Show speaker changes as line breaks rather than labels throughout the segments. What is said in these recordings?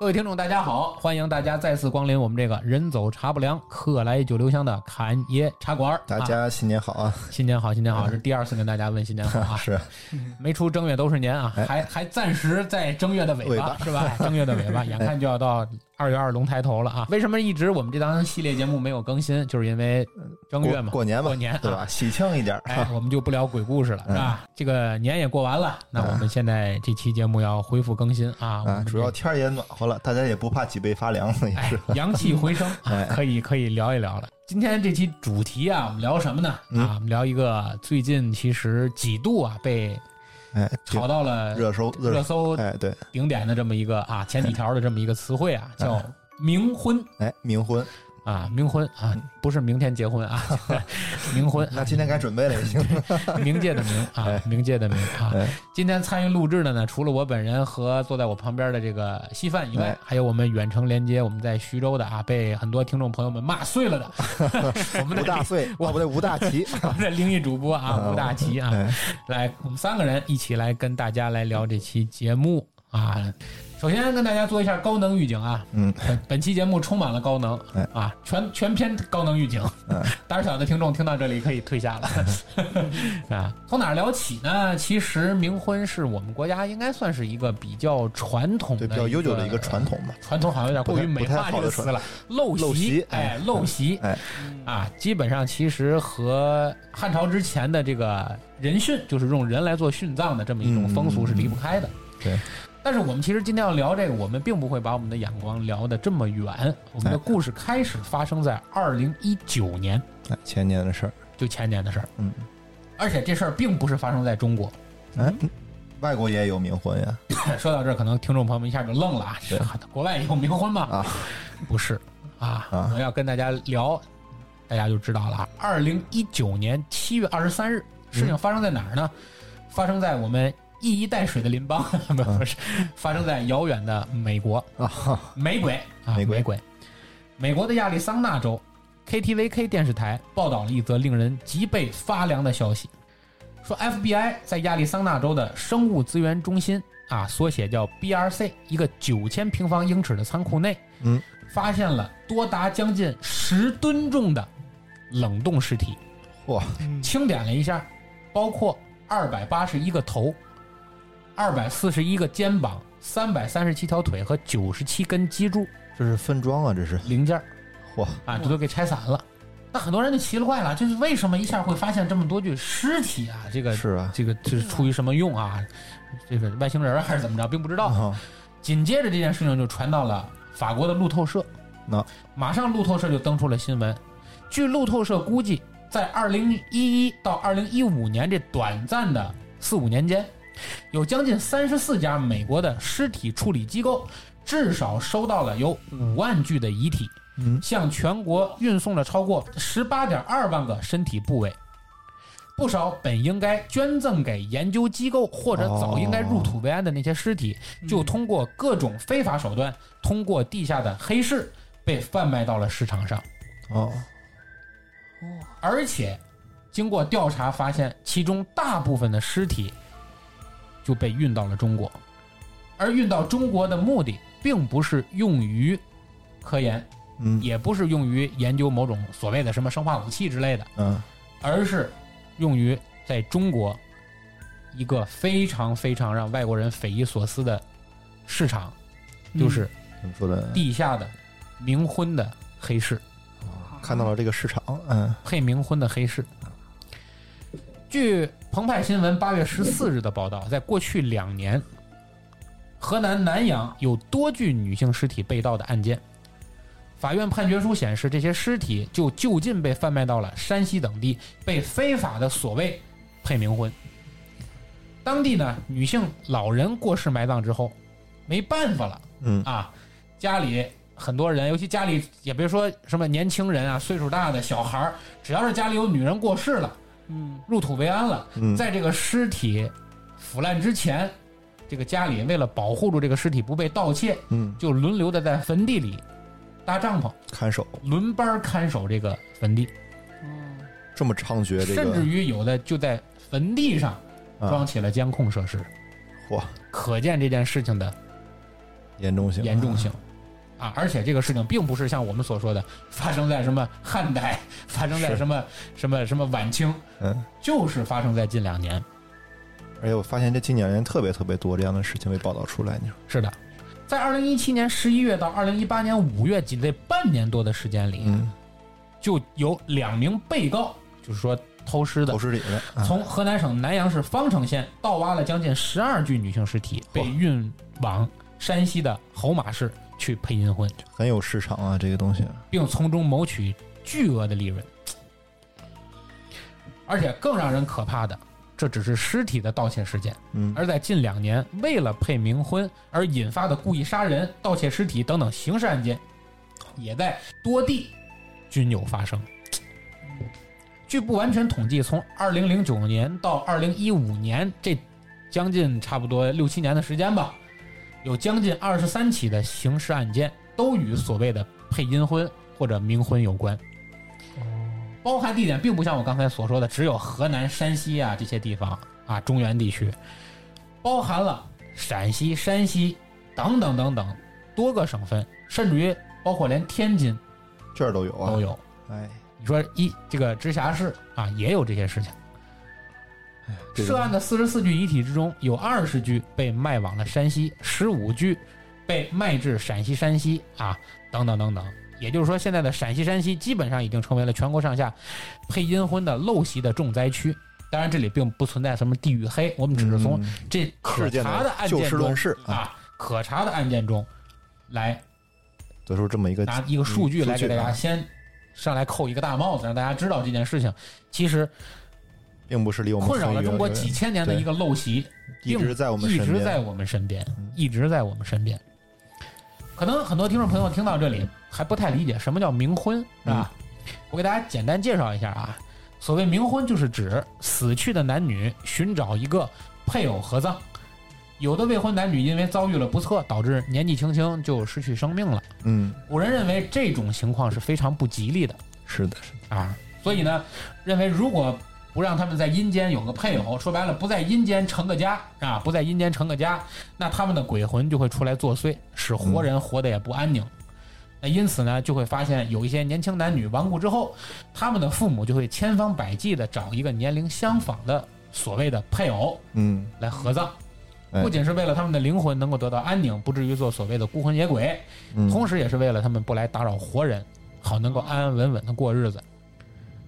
各位听众，大家好！欢迎大家再次光临我们这个“人走茶不凉，客来酒留香”的侃爷茶馆儿。
大
啊、
家新年好啊！！
新年好，新年好！是第二次跟大家问新年好啊
是
没出正月都是年啊，还还暂时在正月的尾
哎尾
巴
巴
是 吧？正月的尾巴，眼看就要到二月二龙抬头了
哎
啊！为什么一直我们这档系列节目没有更新？就是因为正月
过
嘛，
过年嘛，
过年啊
对吧？喜庆一点儿，啊
哎，我们就不聊鬼故事
嗯
了，是吧？这个年也过完了，那我们现在这期节目要恢复更新啊，我
啊，
们
主要天儿也暖和了，大家也不怕脊背发凉了，也
哎
是。，
阳气回升，啊
哎
可以可以聊一聊了。今天这期主题啊，我们聊什么呢？
嗯
啊，我们聊一个最近其实几度啊被
哎，
炒到了
热搜
热搜
哎，对，
顶点的这么一个啊前几条的这么一个词汇
嗯
啊，叫冥婚
哎，冥婚，
啊，冥婚啊，
嗯
不是明天结婚 啊， 冥婚，
那今天该准备了已经。
冥界的冥啊，冥界的冥啊
哎。
今天参与录制的呢，除了我本人和坐在我旁边的这个稀饭以外
哎，
还有我们远程连接我们在徐州的啊，被很多听众朋友们骂碎了 的，我们
吴
的
大岁，哦，不对，吴 大齐，
我们的灵异主播啊，
嗯
吴大齐啊，
哎，
来，我们三个人一起来跟大家来聊这期节目啊。首先跟大家做一下高能预警啊，
嗯，
本本期节目充满了高能
哎，
啊，全全篇高能预警
嗯。
胆小的听众听到这里可以退 下了 啊。从哪儿聊起呢？其实冥婚是我们国家应该算是一个比较传统的、
对，比较悠久的一个传。统吧。
传统好像有点过于美化这个词了，陋
太好的传统
习
陋习，
哎
哎，
陋习，
哎，
啊，基本上其实和汉朝之前的这个人殉，就是用人来做殉葬的这么一种风俗是离不开的。
对，
但是我们其实今天要聊这个，我们并不会把我们的眼光聊得这么远。我们的
哎
故事开始发生在二零一九年，
哎，前年的事儿，
就前年的事儿。
嗯，
而且这事儿并不是发生在中国。
哎，外国也有冥婚呀，
说到这儿，可能听众朋友们一下就愣了啊！是
对
啊国外也有冥婚吗？
啊，
不是啊，
啊
我要跟大家聊，大家就知道了啊。二零一九年七月二十三日，事
嗯
情发生在哪儿呢？发生在我们一衣带水的邻邦， 不不是，
嗯
发生在遥远的美国
啊，
美鬼啊，
美
美
鬼
鬼，美国的亚利桑那州 KTVK 电视台报道了一则令人脊背发凉的消息，说 FBI 在亚利桑那州的生物资源中心啊，缩写叫 BRC，一个九千平方英尺的仓库内，
嗯，
发现了多达将近十吨重的冷冻尸体，
哇，
清点了一下，包括二百八十一个头、二百四十一个肩膀、三百三十七条腿和九十七根脊柱
这是分装啊，这是，
零件儿
哇，
啊，这都给拆散了。那很多人就奇了怪了，就是为什么一下会发现这么多具尸体啊？这个
是啊，
这个这是出于什么用啊？这个外星人还是怎么着，并不知道。
啊，
紧接着这件事情就传到了法国的路透社，
那
马上路透社就登出了新闻。据路透社估计，在二零一一到二零一五年这短暂的四五年间，有将近三十四家美国的尸体处理机构至少收到了有五万具的遗体，
嗯
向全国运送了超过十八点二万个身体部位。不少本应该捐赠给研究机构或者早应该入土为安的那些尸体，就通过各种非法手段，通过地下的黑市被贩卖到了市场上。
哦，
而且，经过调查发现，其中大部分的尸体就被运到了中国，而运到中国的目的并不是用于科研，
嗯
也不是用于研究某种所谓的什么生化武器之类的，
嗯，
而是用于在中国一个非常非常让外国人匪夷所思的市场，就是
怎么说的？
地下的冥婚的黑市。
看到了这个市场，嗯，
配冥婚的黑市。据澎湃新闻八月十四日的报道，在过去两年，河南南阳有多具女性尸体被盗的案件。法院判决书显示，这些尸体就就近被贩卖到了山西等地，被非法的所谓配冥婚。当地呢，女性老人过世埋葬之后，没办法了，
嗯
啊，家里很多人，尤其家里也别说什么年轻人啊，岁数大的小孩儿，只要是家里有女人过世了，嗯，入土为安了，
嗯
在这个尸体腐烂之前，这个家里为了保护住这个尸体不被盗窃，
嗯，
就轮流的在坟地里搭帐篷，
看守
轮班看守这个坟地，
这么猖獗，这
甚
个
至于有的就在坟地上
啊
装起了监控设施，
嚯，
可见这件事情的
严重性，
严重性啊！而且这个事情并不是像我们所说的发生在什么汉代， 发生在
是
什么什么什么晚清，
嗯。
就是发生在近两年。
而且我发现这近两年特别特别多这样的事情被报道出来，你说
是的，在二零一七年十一月到二零一八年五月仅这半年多的时间里，
嗯，
就有两名被告，就是说偷尸的
投，尸体的，啊
从河南省南阳市方城县盗挖了将近十二具女性尸体，被运往山西的侯马市去配阴婚，
很有市场啊，这个东西，
并从中谋取巨额的利润。而且更让人可怕的，这只是尸体的盗窃事件，
嗯，
而在近两年，为了配冥婚而引发的故意杀人、盗窃尸体等等刑事案件，也在多地均有发生。据不完全统计，从二零零九年到二零一五年，这将近差不多六七年的时间吧，有将近二十三起的刑事案件都与所谓的配阴婚或者冥婚有关。包含地点并不像我刚才所说的只有河南、山西啊这些地方啊中原地区，包含了陕西、山西等等等等多个省份，甚至于包括连天津
这儿都有啊
都，有。
哎，
你说一这个直辖市啊，也有这些事情。
这
涉
种
案的四十四具遗体之中，有二十具被卖往了山西，十五具被卖至陕西、山西啊，等等等等。也就是说，现在的陕西、山西基本上已经成为了全国上下配阴婚的陋习的重灾区。当然，这里并不存在什么地域黑，我们只是从
嗯
这可
事件
查的案
就
件
事
中
论事啊，
啊，可查的案件中来
得出这么一个
拿一个数据来给大家
啊
先上来扣一个大帽子，让大家知道这件事情其实
并不是离我们
困扰了
很远
中国几千年的一个陋习，
一直在我们
一
身
直
边，
在我们身边
嗯，
一直在我们身边。可能很多听众朋友听到这里还不太理解什么叫冥婚，
嗯
是吧？我给大家简单介绍一下啊，所谓冥婚就是指死去的男女寻找一个配偶合葬。有的未婚男女因为遭遇了不测，导致年纪轻轻就失去生命了。
嗯，
古人认为这种情况是非常不吉利的
是的，是的，
啊，所以呢，认为如果不让他们在阴间有个配偶，说白了不在阴间成个家啊，不在阴间成个家，那他们的鬼魂就会出来作祟，使活人活得也不安宁。那因此呢，就会发现有一些年轻男女亡故之后，他们的父母就会千方百计的找一个年龄相仿的所谓的配偶
嗯，
来合葬，
哎
不仅是为了他们的灵魂能够得到安宁，不至于做所谓的孤魂野鬼，
嗯
同时也是为了他们不来打扰活人，好能够安安稳稳的过日子。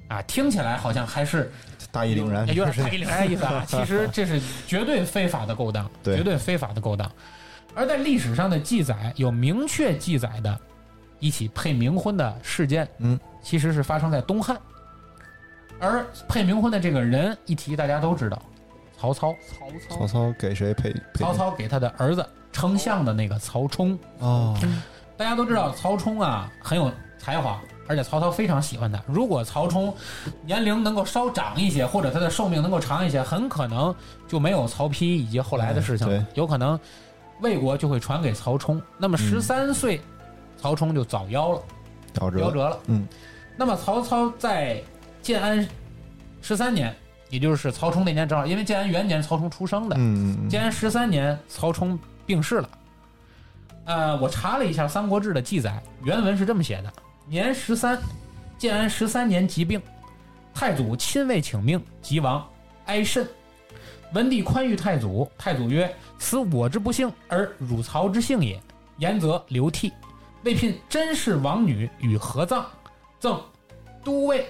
啊，听起来好像还是
大义凛然，
哎有点
是
太凛然的意思 啊。其实这是绝对非法的勾当，
对
绝对非法的勾当。而在历史上的记载有明确记载的一起配冥婚的事件，
嗯，
其实是发生在东汉。而配冥婚的这个人一提，大家都知道，曹操。
曹操，
曹操给谁配配
曹操给他的儿子丞相的那个曹冲，
哦，
嗯大家都知道曹冲啊很有才华，而且曹操非常喜欢他。如果曹冲年龄能够稍长一些，或者他的寿命能够长一些，很可能就没有曹丕以及后来的事情了，
嗯
有可能魏国就会传给曹冲。那么
嗯
十三岁，曹冲就早夭了，
夭
夭
折，
折了。
嗯，
那么曹操在建安十三年，也就是曹冲那年正好，因为建安元年曹冲出生的，
嗯，
建安十三年，曹冲病逝了。呃，我查了一下《三国志》的记载，原文是这么写的：年十三，建安十三年疾病，太祖亲为请命，即亡，哀甚。文帝宽裕太祖，太祖曰：“此我之不幸，而汝曹之幸也。”言则流涕。未聘甄氏王女与合葬，赠都尉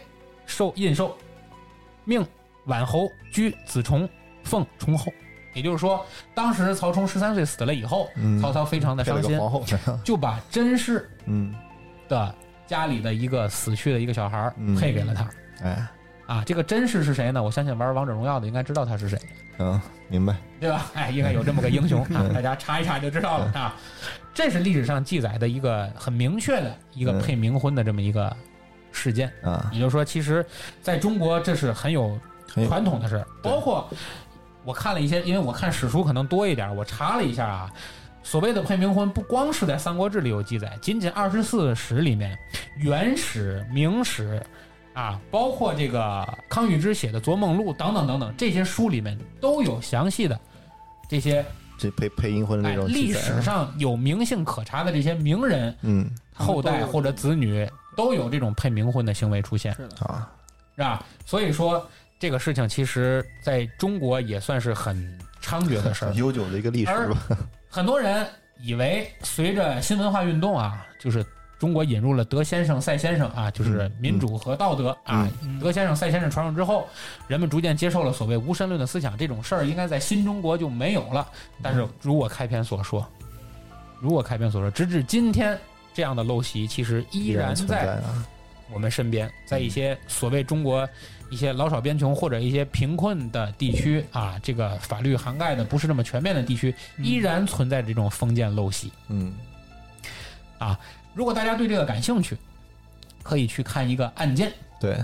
受印绶，命宛侯居子重，奉崇后。也就是说，当时曹冲十三岁死了以后，
嗯
曹操非常的
配
伤
了个
心，
皇后，
就把甄氏
嗯，
的家里的一个死去的一个小孩儿
嗯
配给了他。
哎，
啊，这个甄氏是谁呢？我相信玩王者荣耀的应该知道他是谁，
嗯，明白，
对吧？哎，应该有这么个英雄啊，
嗯
大家查一查就知道了啊。这是历史上记载的一个很明确的一个
嗯
配冥婚的这么一个事件。
啊，
也就是说，其实在中国这是很有
很有
传统的事儿，
对
包括我看了一些，因为我看史书可能多一点，我查了一下啊，所谓的配冥婚，不光是在《三国志》里有记载，仅仅二十四史里面，《元史》《明史》啊，包括这个康裕之写的《昨梦录》等等等等，这些书里面都有详细的这些
这配配阴婚的
哎
这，种记
历
载啊
史上有名姓可查的这些名人
嗯
他们
后
都
代
有
或者子女都有这种配冥婚的行为出现，
是的，
啊，
是吧？所以说这个事情其实在中国也算是很猖獗的事儿
很。悠久的一个历史
而
吧，
很多人以为随着新文化运动啊，就是中国引入了德先生、赛先生啊，就是民主和道德啊。德先生、赛先生传入之后，人们逐渐接受了所谓无神论的思想，这种事儿应该在新中国就没有了。但是如我开篇所说，如我开篇所说，直至今天，这样的陋习其实依然
存
在
啊。
我们身边，在一些所谓中国一些老少边穷或者一些贫困的地区啊，这个法律涵盖的不是那么全面的地区，
嗯
依然存在着这种封建陋习。
嗯，
如果大家对这个感兴趣，可以去看一个案件，
对，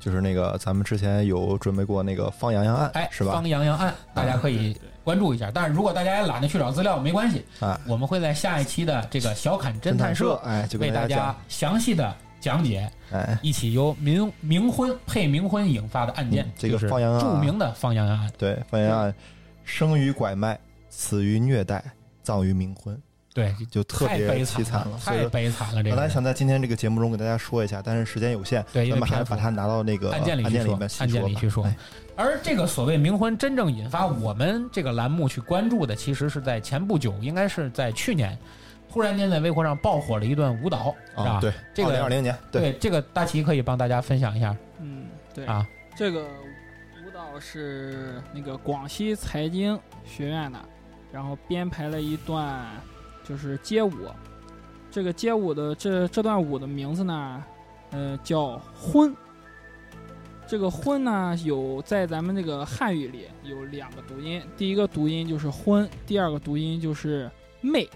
就是那个咱们之前有准备过那个方洋洋案，
哎，
是吧？
方洋洋案，大家可以
对对
关注一下。但是如果大家也懒得去找资料，没关系，
哎，
我们会在下一期的这个小侃侦探
社
社，
哎，就
为
跟
大家
家
详细的讲解
讲，哎，
一起由冥冥婚配冥婚引发的案件
嗯，这个
就是
方洋洋
著
啊
名的方洋洋案。
对，方洋洋案，生于拐卖，死于虐待，葬于冥婚，
对，
就特
太
别
悲
凄
惨
了。所以
太
说，
悲惨了。这
本
个
来
人
想在今天这个节目中给大家说一下，但是时间有限，
对，因
咱
为
们还
篇
是
幅
把它拿到那个
案件里去说
面细
案件里
吧
去说
哎
而这个所谓冥婚真正引发我们这个栏目去关注的，其实是在前不久，应该是在去年，突然间在微博上爆火了一段舞蹈，是吧？
啊，对，
这个
二零二零年，
对
对，
这个大齐可以帮大家分享一下
嗯，对
啊，
这个舞蹈是那个广西财经学院的，然后编排了一段就是街舞。这个街舞的这这段舞的名字呢，呃，叫“婚”。这个“婚”呢，有在咱们这个汉语里有两个读音，第一个读音就是“婚”，第二个读音就是“媚”。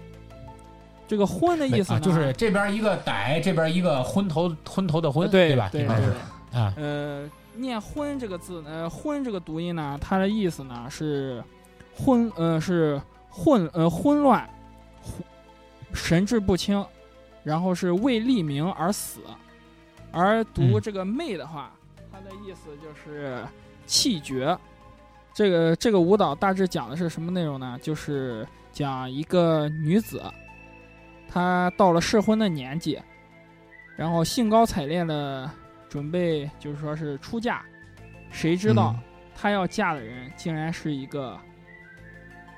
这个“婚”的意思
啊，
呢，
就是这边一个逮，这边一个昏头昏头的昏，
对
吧？
对
应
对
该是
对
啊，
呃，念“婚”这个字，呃，“婚”这个读音呢，它的意思呢是混，呃，是混，呃，混乱，混神志不清，然后是为利名而死。而读
嗯
这个“媚”的话，它的意思就是气绝。这个这个舞蹈大致讲的是什么内容呢？就是讲一个女子，她到了适婚的年纪，然后兴高采烈的准备就是说是出嫁，谁知道
嗯
她要嫁的人竟然是一个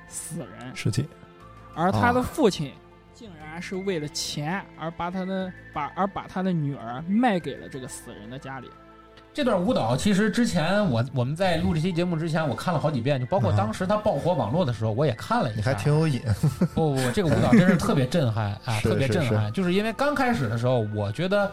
死人，
实际
而
啊
她的父亲竟然是为了钱而把她的把而把她的女儿卖给了这个死人的家里。
这段舞蹈其实之前我我们在录这期节目之前，我看了好几遍，就包括
啊
当时它爆火网络的时候，我也看了一下。
你还挺有瘾，
不不，这个舞蹈真是特别震撼啊，
是
特别
是
震撼。就是因为刚开始的时候，我觉得，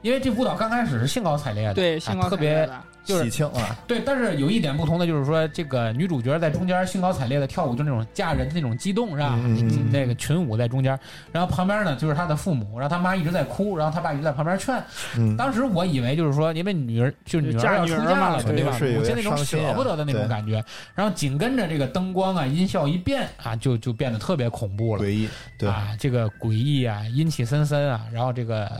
因为这舞蹈刚开始是兴高采烈的，
对，兴高
特
采
别
烈的，
就是
喜庆啊，
对，但是有一点不同的就是说，这个女主角在中间兴高采烈的跳舞，就那种嫁人的那种激动，是吧？
嗯嗯
嗯
那个群舞在中间，然后旁边呢就是她的父母，然后她妈一直在哭，然后她爸一直在旁边劝。
嗯，
当时我以为就是说，因为女儿就是女
就
儿
嫁
要
女
出
儿
嫁
嘛
了嘛，
对
对吧？
是有
母亲
点
那种
伤
舍
心啊
不得的那种
对
感觉，然后紧跟着这个灯光啊、音效一变啊，就就变得特别恐怖了。
诡异，对，
啊，这个诡异啊，阴气森森啊，然后这个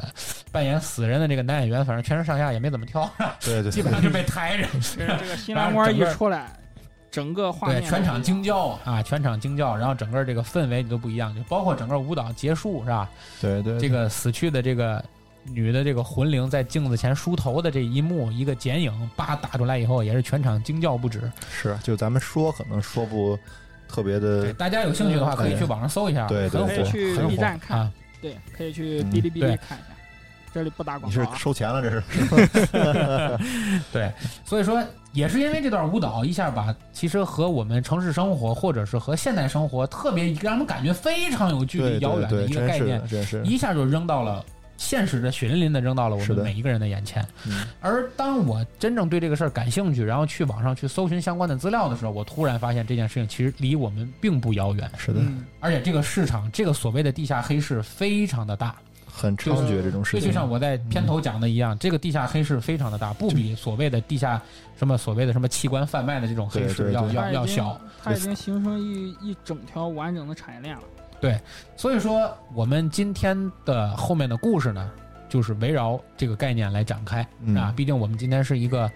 扮演死人的这个男演员，反正全身上下也没怎么跳，
对 对
基本上就被抬着，
这这个新郎官一出来，整个画
对，
面
全场惊叫啊，全场惊叫，然后整个这个氛围你都不一样，就包括整个舞蹈结束是吧？
对对，
这个死去的这个女的这个魂灵在镜子前梳头的这一幕，一个剪影叭打出来以后，也是全场惊叫不止。
是，就咱们说可能说不特别
对，
的，
大家有兴趣的话可以去网上搜一下，
对对
很
可以
火，
嗯去
很
B
火
站看
啊。
对，可以去
嗯
哔哩哔哩
对
看一下，这里不打
你
广告
是
啊。
收钱了这是？
对，所以说也是因为这段舞蹈一下把其实和我们城市生活或者是和现代生活特别让我们感觉非常有距离
对
遥
对
远的
对，
一个
真
概
是
念
的，，真是，
一下就扔到了现实的血淋淋的扔到了我
是
们
的
每一个人的眼前。
嗯
而当我真正对这个事儿感兴趣，然后去网上去搜寻相关的资料的时候，我突然发现这件事情其实离我们并不遥远，
是的，
嗯，
而且这个市场这个所谓的地下黑市非常的大。
很猖獗这种事
这
情
就，像我在片头讲的一样，这个地下黑市非常的大，不比所谓的地下什么所谓的什么器官贩卖的这种黑
对
市
对
要
对
要
它已
要
经
小。
它已经形成一一整条完整的产业链了。
所以说，我们今天的后面的故事呢，就是围绕这个概念来展开啊
嗯
啊。毕竟我们今天是一个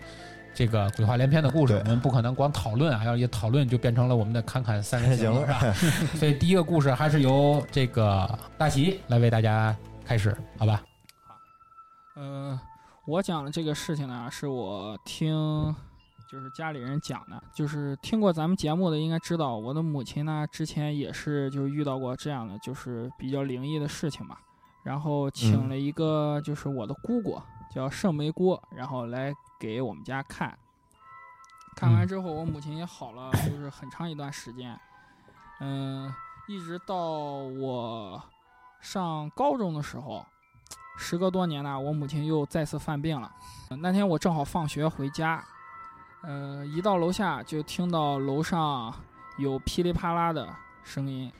这个鬼话连篇的故事，
对
我们不可能光讨论啊，要一讨论就变成了我们的侃侃三人行
行
了，
了
是吧？ 所以第一个故事还是由这个大齐来为大家开始，好吧？
呃，我讲的这个事情呢，是我听就是家里人讲的，就是听过咱们节目的应该知道，我的母亲呢之前也是就是遇到过这样的就是比较灵异的事情嘛，然后请
嗯
了一个就是我的姑姑叫圣梅姑，然后来给我们家看。看完
嗯
之后，我母亲也好了，就是很长一段时间，嗯、一直到我上高中的时候，时隔多年呢，我母亲又再次犯病了。呃那天我正好放学回家，呃，一到楼下就听到楼上有噼里啪啦的声音，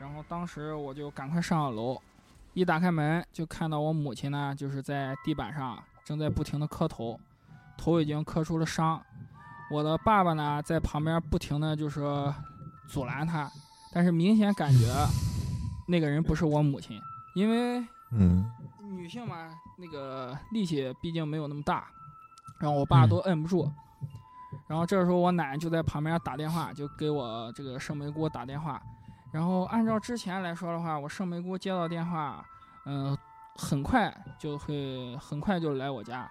然后当时我就赶快上了楼，一打开门就看到我母亲呢，就是在地板上正在不停的磕头，头已经磕出了伤。我的爸爸呢，在旁边不停的就说阻拦他，但是明显感觉那个人不是我母亲，因为
嗯，
女性嘛，那个力气毕竟没有那么大，然后我爸
嗯
都摁不住。然后这时候我奶就在旁边打电话，就给我这个圣梅姑打电话。然后按照之前来说的话，我圣梅姑接到电话，嗯、很快就会很快就来我家。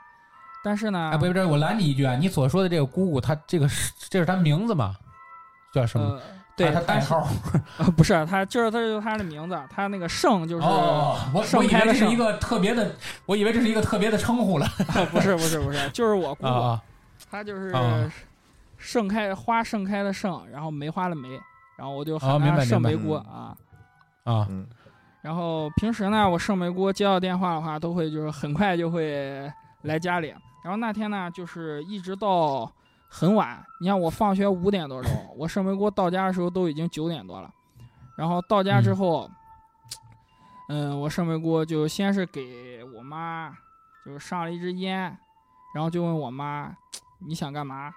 但是呢，
哎，不是不是，我拦你一句啊，你所说的这个姑姑，她这个是这是她名字吗？叫什么？
呃，对，
她代
但是
号。
呃不是他，就是他就是他的名字，他那个圣就是、
哦，我我
盛
以
开
为
的
这
盛
是一个特别的，我以为这是一个特别的称呼 了
啊不是不是不是，就是我姑姑。
啊
他就是
啊
盛开花盛开的盛，然后梅花的梅，然后我就
哦
喊
明白
他盛
明白
梅姑
嗯
啊。
啊！
嗯
然后平时呢，我盛梅姑接到电话的话，都会就是很快就会来家里。然后那天呢，就是一直到很晚，你看我放学五点多钟，我盛梅姑到家的时候都已经九点多了。然后到家之后，嗯，我盛梅姑就先是给我妈就是上了一支烟，然后就问我妈你想干嘛？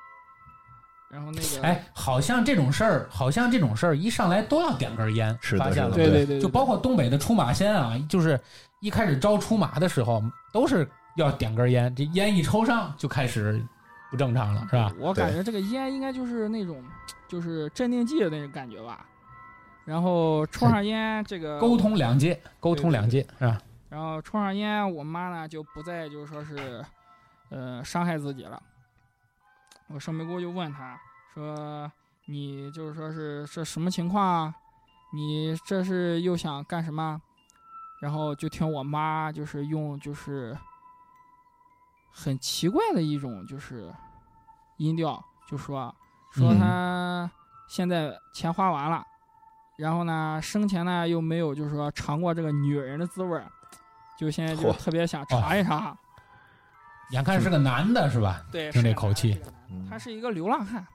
然后那个，
哎，好像这种事儿，好像这种事儿一上来都要点根烟，
是的
发现了
是
吗
的
对对对，对
就包括东北的出马仙啊，就是一开始招出马的时候，都是要点根烟，这烟一抽上就开始不正常了，是吧？
我感觉这个烟应该就是那种就是镇定剂的那种感觉吧。然后抽上烟，这个
沟，通两界，沟通两界，是吧？
然后抽上烟，我妈呢就不再就是说是，呃，伤害自己了。我圣梅姑就问她说：“你就是说是这什么情况啊？你这是又想干什么？”啊然后就听我妈就是用就是很奇怪的一种就是音调就说说
嗯
他现在钱花完了，然后呢生前呢又没有就是说尝过这个女人的滋味儿，就现在就
嚯
特别想尝一尝。
眼看是个男的，是吧？
对，
听
是
这
个
口
男
气，
是个男
嗯
他是一个流浪汉，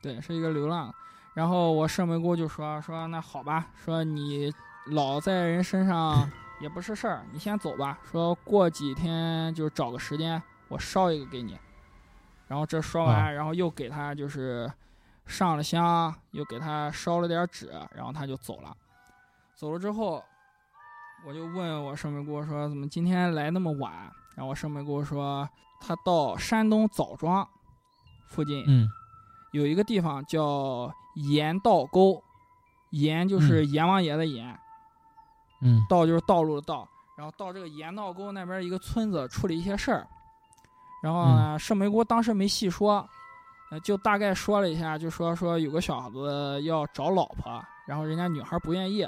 对，是一个流浪。然后我圣梅姑就说说那好吧，说你老在人身上也不是事儿，你先走吧。说过几天就找个时间，我烧一个给你。然后这说完，
啊
然后又给他就是上了香，又给他烧了点纸，然后他就走了。走了之后，我就问我圣梅姑说怎么今天来那么晚？然后我圣梅姑说她到山东枣庄附近，
嗯，
有一个地方叫盐道沟，盐就是阎王爷的盐，
嗯
道就是道路的道，然后到这个盐道沟那边一个村子处理一些事儿，然后
嗯
呢，圣梅姑当时没细说，呃，就大概说了一下，就说说有个小子要找老婆，然后人家女孩不愿意，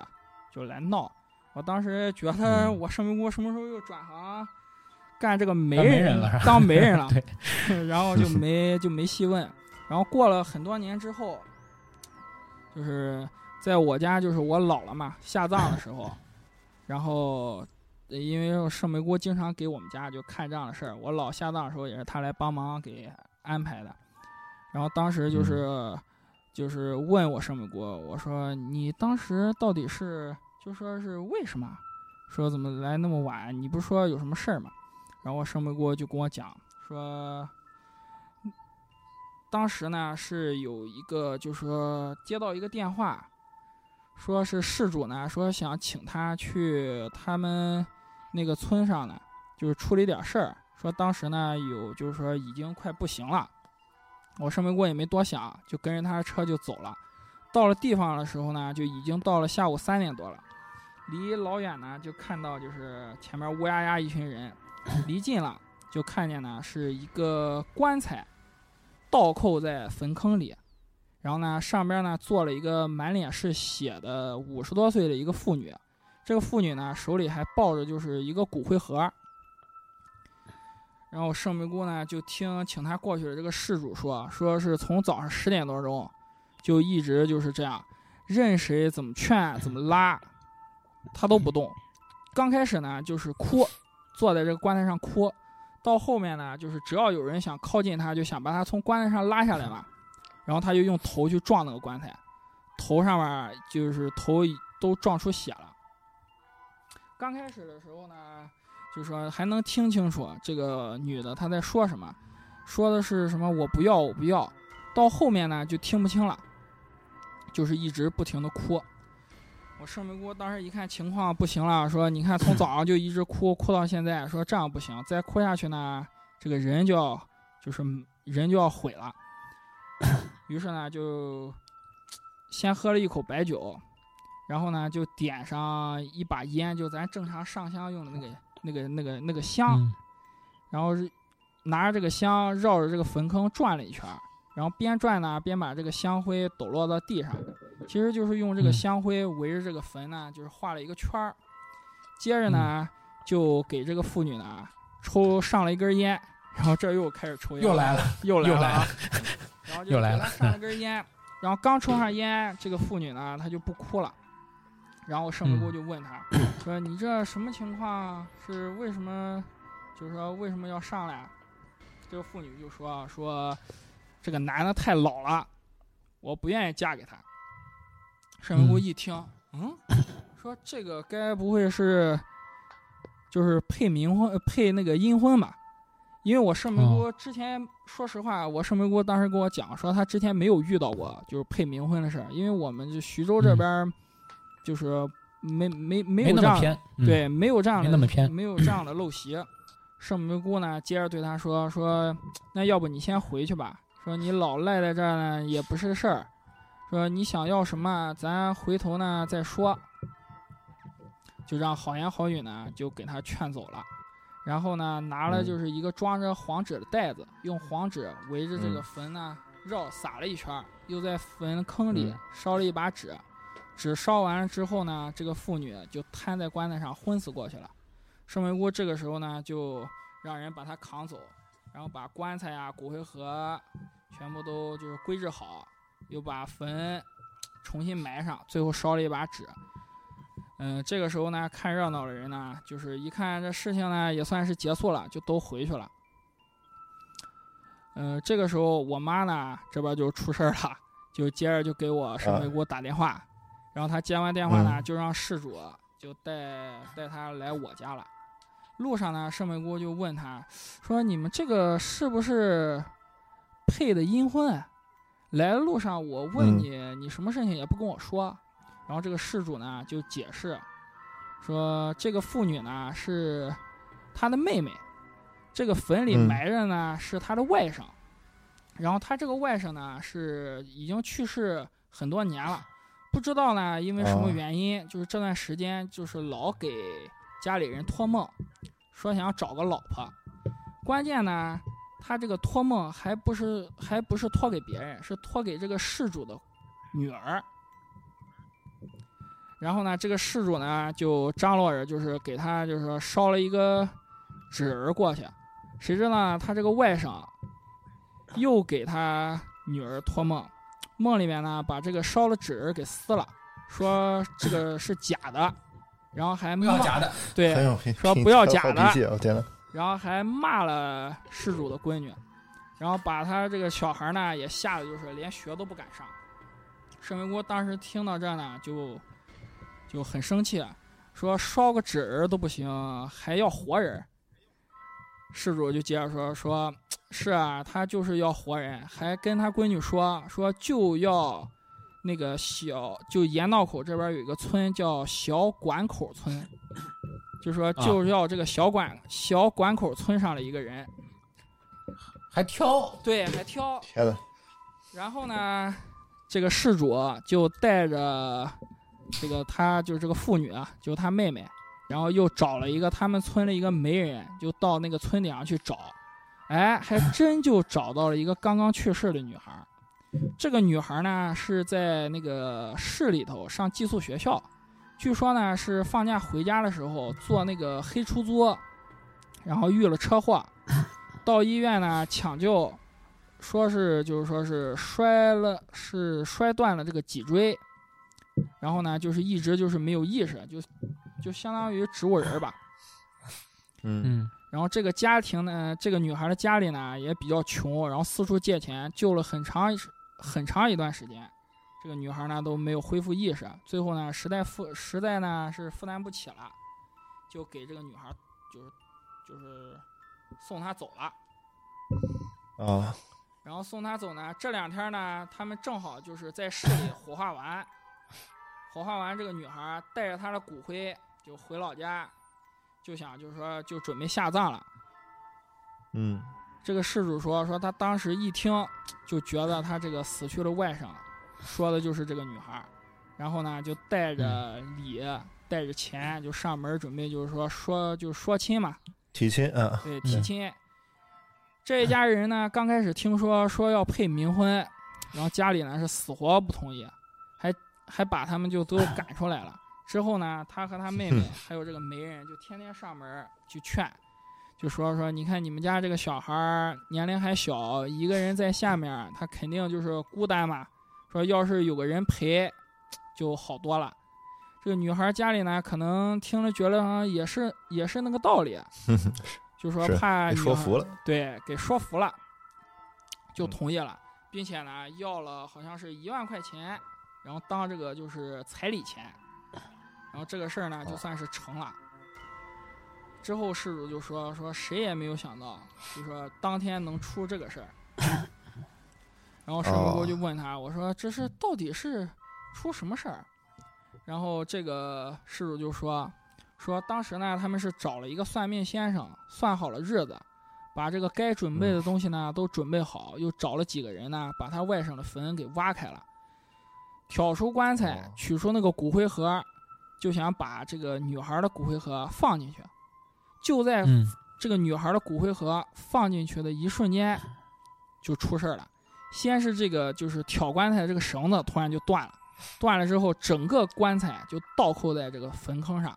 就来闹。我当时觉得
嗯
我圣梅姑什么时候又转行干这个媒
当媒
人
人了是吧，
当媒人了
对
然 后就没就没细问。然后过了很多年之后，就是在我家，就是我老了嘛，下葬的时候，然后呃因为我圣梅姑经常给我们家就看这样的事儿，我老下葬的时候也是她来帮忙给安排的。然后当时就是、就是问我圣母姑，我说你当时到底是就说是为什么，说怎么来那么晚？你不是说有什么事儿吗？然后我圣母姑就跟我讲说，嗯当时呢是有一个就说接到一个电话，说是事主呢说想请他去他们那个村上呢，就是处理点事儿，说当时呢有就是说已经快不行了，我申卫国也没多想，就跟着他的车就走了。到了地方的时候呢，就已经到了下午三点多了，离老远呢就看到就是前面乌压压一群人，离近了就看见呢是一个棺材倒扣在坟坑里，然后呢上边呢坐了一个满脸是血的五十多岁的一个妇女，这个妇女呢手里还抱着就是一个骨灰盒儿。然后圣梅姑呢就听请她过去的这个事主说，说是从早上十点多钟就一直就是这样，任谁怎么劝怎么拉，她都不动。刚开始呢就是哭，坐在这个棺材上哭，到后面呢就是只要有人想靠近她，就想把她从棺材上拉下来嘛，然后她就用头去撞那个棺材，头上面就是头已都撞出血了。刚开始的时候呢，就说还能听清楚这个女的她在说什么，说的是什么我不要我不要，到后面呢就听不清了，就是一直不停的哭。我圣梅姑当时一看情况不行了，说你看从早上就一直哭哭到现在，说这样不行，再哭下去呢，这个人就要就是人就要毁了。于是呢就先喝了一口白酒，然后呢就点上一把烟，就咱正常上香用的那个那个那个那个香，
嗯
然后是拿着这个香绕着这个坟坑转了一圈儿，然后边转呢边把这个香灰抖落到地上，其实就是用这个
嗯
香灰围着这个坟呢，就是画了一个圈儿。接着呢，就给这个妇女呢抽上了一根烟，然后这又开始抽烟，
又来了，
又来
又
了
来了，
啊然后就
又来
给
了
她上了根烟，然后刚抽上烟，这个妇女呢她就不哭了，然后圣母
嗯
姑就问她、说：“你这什么情况？是为什么？就是说为什么要上来？”这个妇女就说啊：“说这个男的太老了，我不愿意嫁给他。”圣母姑
嗯
一听，嗯，说这个该不会是就是配冥婚呃配那个阴婚吧？因为我圣梅姑之前，说实话，我圣梅姑当时跟我讲说，她之前没有遇到过就是配冥婚的事儿，因为我们这徐州这
嗯
边儿就是没没没
没
有
那
这样
么偏，嗯，
对，没有这样
没
的
那么偏，
没有这样的陋习。圣母姑呢，接着对他说：“说那要不你先回去吧，说你老赖在这儿呢也不是事儿，说你想要什么，咱回头呢再说。”就让好言好语呢就给他劝走了，然后呢拿了
嗯
就是一个装着黄纸的袋子，用黄纸围着这个
嗯
坟呢绕撒了一圈儿，又在坟坑里
嗯
烧了一把纸，纸烧完了之后呢，这个妇女就瘫在棺材上昏死过去了。圣梅姑这个时候呢，就让人把她扛走，然后把棺材啊、骨灰盒全部都就是归置好，又把坟重新埋上，最后烧了一把纸。嗯，这个时候呢，看热闹的人呢，就是一看这事情呢也算是结束了，就都回去了。嗯，这个时候我妈呢这边就出事儿了，就接着就给我上回给我打电话，然后她接完电话呢，
嗯
就让事主就带带她来我家了。路上呢，圣美姑就问她说：“你们这个是不是配的阴婚啊？”来的路上我问
嗯
你，你什么事情也不跟我说，然后这个事主呢就解释，说这个妇女呢是她的妹妹，这个坟里
嗯
埋着呢、是她的外甥，然后她这个外甥呢是已经去世很多年了，不知道呢因为什么
哦
原因，就是这段时间就是老给家里人托梦，说想找个老婆，关键呢。她这个托梦还不是还不是托给别人，是托给这个事主的女儿。然后呢，这个事主呢就张罗着，就是给他就是说烧了一个纸人过去，谁知呢他这个外甥又给他女儿托梦，梦里面呢把这个烧了纸人给撕了，说这个是假的，然后还
不
骂
要假的，
对
很有品
说
品
不要
好
假的
理解，我天呐，
然后还骂了事主的闺女，然后把他这个小孩呢也吓得就是连学都不敢上。沈维国当时听到这儿呢，就就很生气，说烧个纸人都不行，还要活人。事主就接着说说，是啊，他就是要活人，还跟他闺女说说就要那个小，就盐道口这边有一个村叫小管口村，就说
啊
就要这个小管、小管口村上的一个人，
还挑
对，还挑。
天呐，
然后呢，这个事主啊就带着这个他就是这个妇女啊，就是他妹妹，然后又找了一个他们村的一个媒人，就到那个村顶上去找，哎，还真就找到了一个刚刚去世的女孩儿。这个女孩儿呢是在那个市里头上寄宿学校，据说呢是放假回家的时候坐那个黑出租，然后遇了车祸，到医院呢抢救，说是就是说是摔了，是摔断了这个脊椎，然后呢就是一直就是没有意识，就就相当于植物人儿吧。
嗯，
嗯
然后这个家庭呢，这个女孩的家里呢也比较穷，然后四处借钱，救了很长一时很长一段时间。这个女孩呢都没有恢复意识，最后呢实在负实在呢是负担不起了，就给这个女孩就是就是送她走了。
嗯
啊，
然后送他走呢，这两天呢，他们正好就是在市里火化完，火化完这个女孩带着她的骨灰就回老家，就想就是说就准备下葬了。
嗯，
这个事主说说他当时一听就觉得他这个死去的外甥说的就是这个女孩，然后呢就带着礼带着钱就上门准备就是说说就说亲嘛，
提亲啊，
对，提亲。这一家人呢，刚开始听说说要配冥婚，然后家里呢是死活不同意，还还把他们就都赶出来了。之后呢，他和他妹妹还有这个媒人就天天上门儿去劝，就说说你看你们家这个小孩儿年龄还小，一个人在下面儿，他肯定就是孤单嘛。说要是有个人陪，就好多了。这个女孩儿家里呢，可能听了觉得好像也是也是那个道 理，就说
是
怕
哎
被
女
说
孩
服了，
对，给说服了，就
嗯
同意了，并且呢，要了好像是一万块钱，然后当这个就是彩礼钱，然后这个事儿呢就
哦
算是成了。之后事主就说说谁也没有想到，就说当天能出这个事儿。然后事主
哦
我就问他，我说这是到底是出什么事儿？然后这个事主就说说当时呢，他们是找了一个算命先生算好了日子，把这个该准备的东西呢都准备好，又找了几个人呢，把他外甥的坟给挖开了，挑出棺材
哦，
取出那个骨灰盒，就想把这个女孩的骨灰盒放进去。就在
嗯，
这个女孩的骨灰盒放进去的一瞬间，就出事儿了。先是这个就是挑棺材的这个绳子突然就断了，断了之后整个棺材就倒扣在这个坟坑上。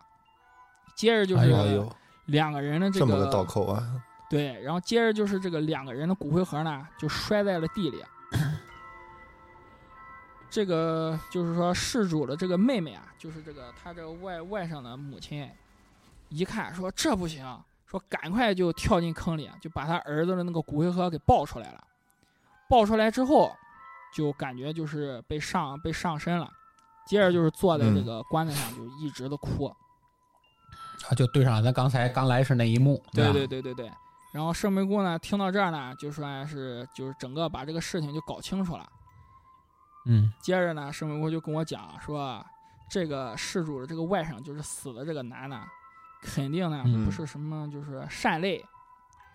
接着就
哎
是
呦
呦，
两个人的
这么个倒扣啊，
对，然后接着就是这个两个人的骨灰盒呢，就摔在了地里。这个就是说，事主的这个妹妹啊，就是这个她这个外外甥的母亲，一看说这不行，说赶快就跳进坑里，啊就把他儿子的那个骨灰盒给抱出来了。抱出来之后，就感觉就是被上被上身了，接着就是坐在这
嗯
个棺材上就一直的哭。
啊，就对上了咱刚才刚来时那一幕，
对
吧
对对对对。然后圣杯姑呢，听到这儿呢，就说哎是就是整个把这个事情就搞清楚了。
嗯
接着呢，圣杯姑就跟我讲啊说，这个事主的这个外甥就是死的这个男的，肯定呢
嗯
不是什么就是善类，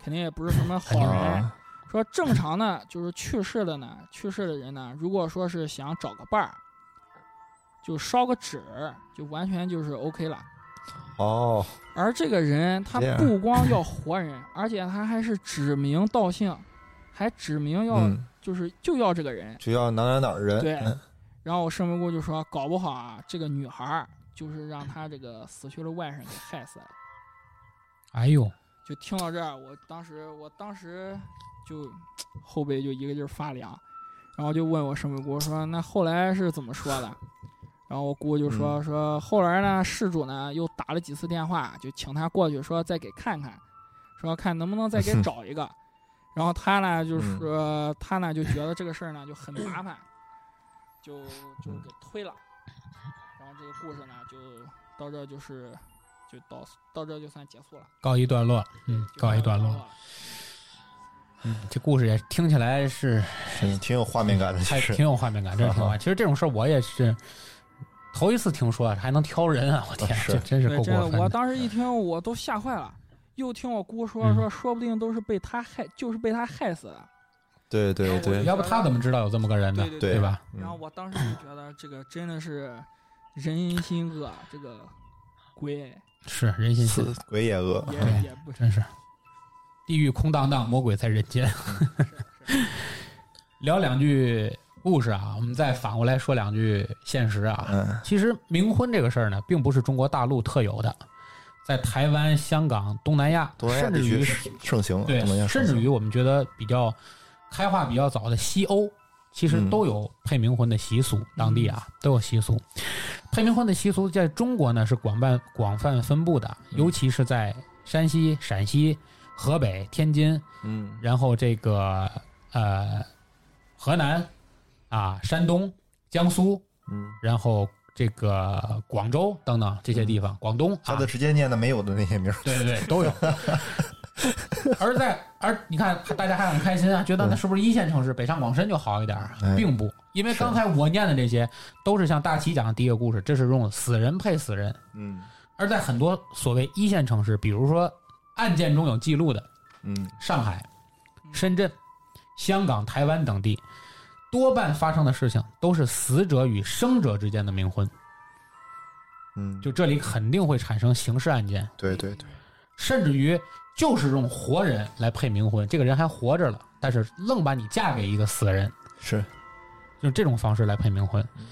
肯定也不是什么好
肯定
人。
啊，
说正常的就是去世的呢，去世的人呢，如果说是想找个伴儿，就烧个纸儿，就完全就是 OK 了。
哦，
而这个人他
这样
不光要活人，而且他还是指名道姓，还指明
哎
要、
嗯，
就是就要这个人。
就要哪哪哪儿人，
对
嗯
然后我圣杯姑就说，搞不好啊，这个女孩儿就是让他这个死去的外甥给害死了。
哎呦，
就听到这儿，我当时我当时就后背就一个劲儿发凉，然后就问我圣杯姑说，那后来是怎么说的？然后我姑就说、
嗯
说后来呢，事主呢又打了几次电话，就请他过去说再给看看，说看能不能再给找 一个。然后他呢就是
嗯
说、他呢就觉得这个事儿呢就很麻烦，就就
嗯
给推了。然后这个故事呢就到这儿就是就到到这儿就算结束了，
告一段落，嗯，
就
告一
算
段
段
落，。嗯，这故事也听起来是
挺挺有画面感的，其
还
实
嗯挺有画面感，真的挺好。其实这种事儿我也是头一次听说还能挑人啊！我天，
是
这真是
对，
够
这个
过分
我
的。
当时一听我都吓坏了，又听我姑说
嗯
说，说不定都是被他害，就是被他害死的。
对对
我
对
要不他怎么知道有这么个人呢？
对
对
对吧？
嗯
然后我当时就觉得这个真的是人心恶，这个鬼
是人心
是
思，
鬼也恶，
也
对
也不
真是地狱空荡荡，魔鬼在人间。 聊两句故事啊，我们再反过来说两句现实啊。
嗯，
其实冥婚这个事儿呢，并不是中国大陆特有的，在台湾、香港、东南亚，
东南亚
甚
地
至
区
于
盛行，
对
东南亚，盛
甚
行
至于我们觉得比较开化比较早的西欧，其实
嗯
都有配冥婚的习俗，当地啊都有习俗。配冥婚的习俗在中国呢是广泛广泛分布的，
嗯
尤其是在山西、陕西、河北、天津，
嗯
然后这个呃河南啊、山东、江苏，
嗯，
然后这个广州等等这些地方，广东
他
啊
嗯的，直接念的没有的那些名儿，
对对对，都 有。而在而你看，大家还很开心啊，觉得那是不是一线城市北上广深就好一点儿
嗯哎？
并不，因为
是
刚才我念的这些都是像大齐讲的第一个故事，这是用死人配死人。
嗯
而在很多所谓一线城市，比如说案件中有记录的
嗯
上海、深圳、香港、台湾等地，多半发生的事情都是死者与生者之间的冥婚。
嗯，
就这里肯定会产生刑事案件，
对对对，
甚至于就是用活人来配冥婚，这个人还活着了，但是愣把你嫁给一个死人，
是，
用这种方式来配冥婚。
嗯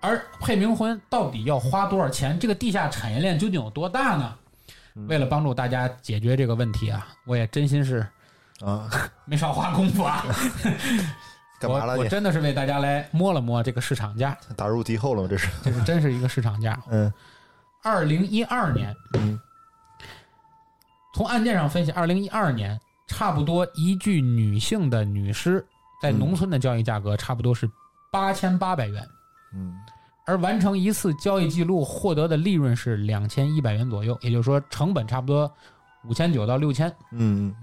而配冥婚到底要花多少钱？这个地下产业链究竟有多大呢？
嗯
为了帮助大家解决这个问题啊，我也真心是
啊，
没少花功夫啊！
干嘛了
我我
你？
真的是为大家来摸了摸这个市场价，
打入敌后了吗？这是，
这是真是一个市场价。
嗯
二零一二年，
嗯
从案件上分析，二零一二年差不多一具女性的女尸在农村的交易价格差不多是八千八百元，
嗯，
而完成一次交易记录获得的利润是两千一百元左右，也就是说成本差不多五千九到六千，
嗯，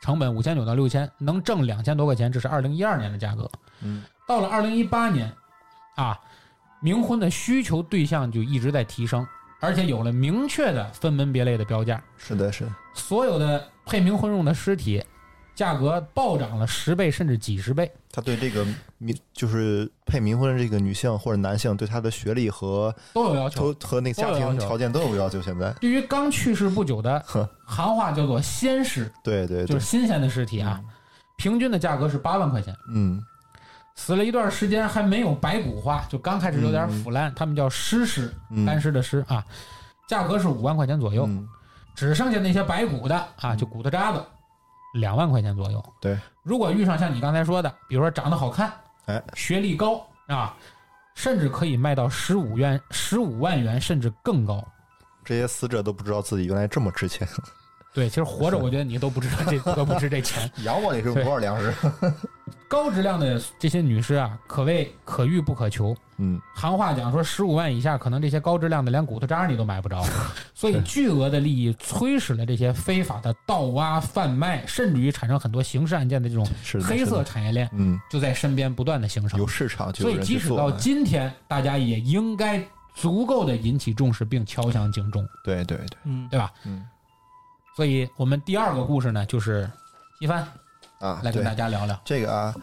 成本五千九到六千，能挣两千多块钱，这是二零一二年的价格。
嗯，
到了二零一八年，啊，冥婚的需求对象就一直在提升，而且有了明确的分门别类的标价。
是的，是的，
所有的配冥婚用的尸体，价格暴涨了十倍甚至几十倍。
他对这个冥就是配冥婚的这个女性或者男性，对他的学历和
都有要求。
都和那个家庭条件都有要求。现在，
对于刚去世不久的
呵，
行话叫做“鲜尸
对对”，
就
对
是，新鲜的尸体啊，平均的价格是八万块钱。
嗯
死了一段时间还没有白骨化，就刚开始有点腐烂，他们叫尸尸，
嗯，
干尸的尸啊，价格是五万块钱左右。
嗯
只剩下那些白骨的啊，
嗯
就骨头渣子，两万块钱左右。
对，
如果遇上像你刚才说的，比如说长得好看，
哎，
学历高啊，甚至可以卖到十五元、十五万元，甚至更高。
这些死者都不知道自己原来这么值钱，
对，其实活着，我觉得你都不知道这都不值这 钱。
养我你是多少粮食？
高质量的这些女尸啊，可谓可遇不可求。
嗯，
行话讲说，十五万以下，可能这些高质量的连骨头渣你都买不着，所以巨额的利益催使了这些非法的盗挖、贩卖，甚至于产生很多刑事案件的这种
是的，
黑
是
色
的，
产业链
嗯，
就在身边不断的形成
有。市场就
所
有
以，
人
即
去
使
做。啊
到今天，大家也应该足够的引起重视并敲响警钟，
对对对，
嗯，
对吧？
嗯
所以我们第二个故事呢，就是一帆
啊，
来
对
跟大家聊聊。
这个啊，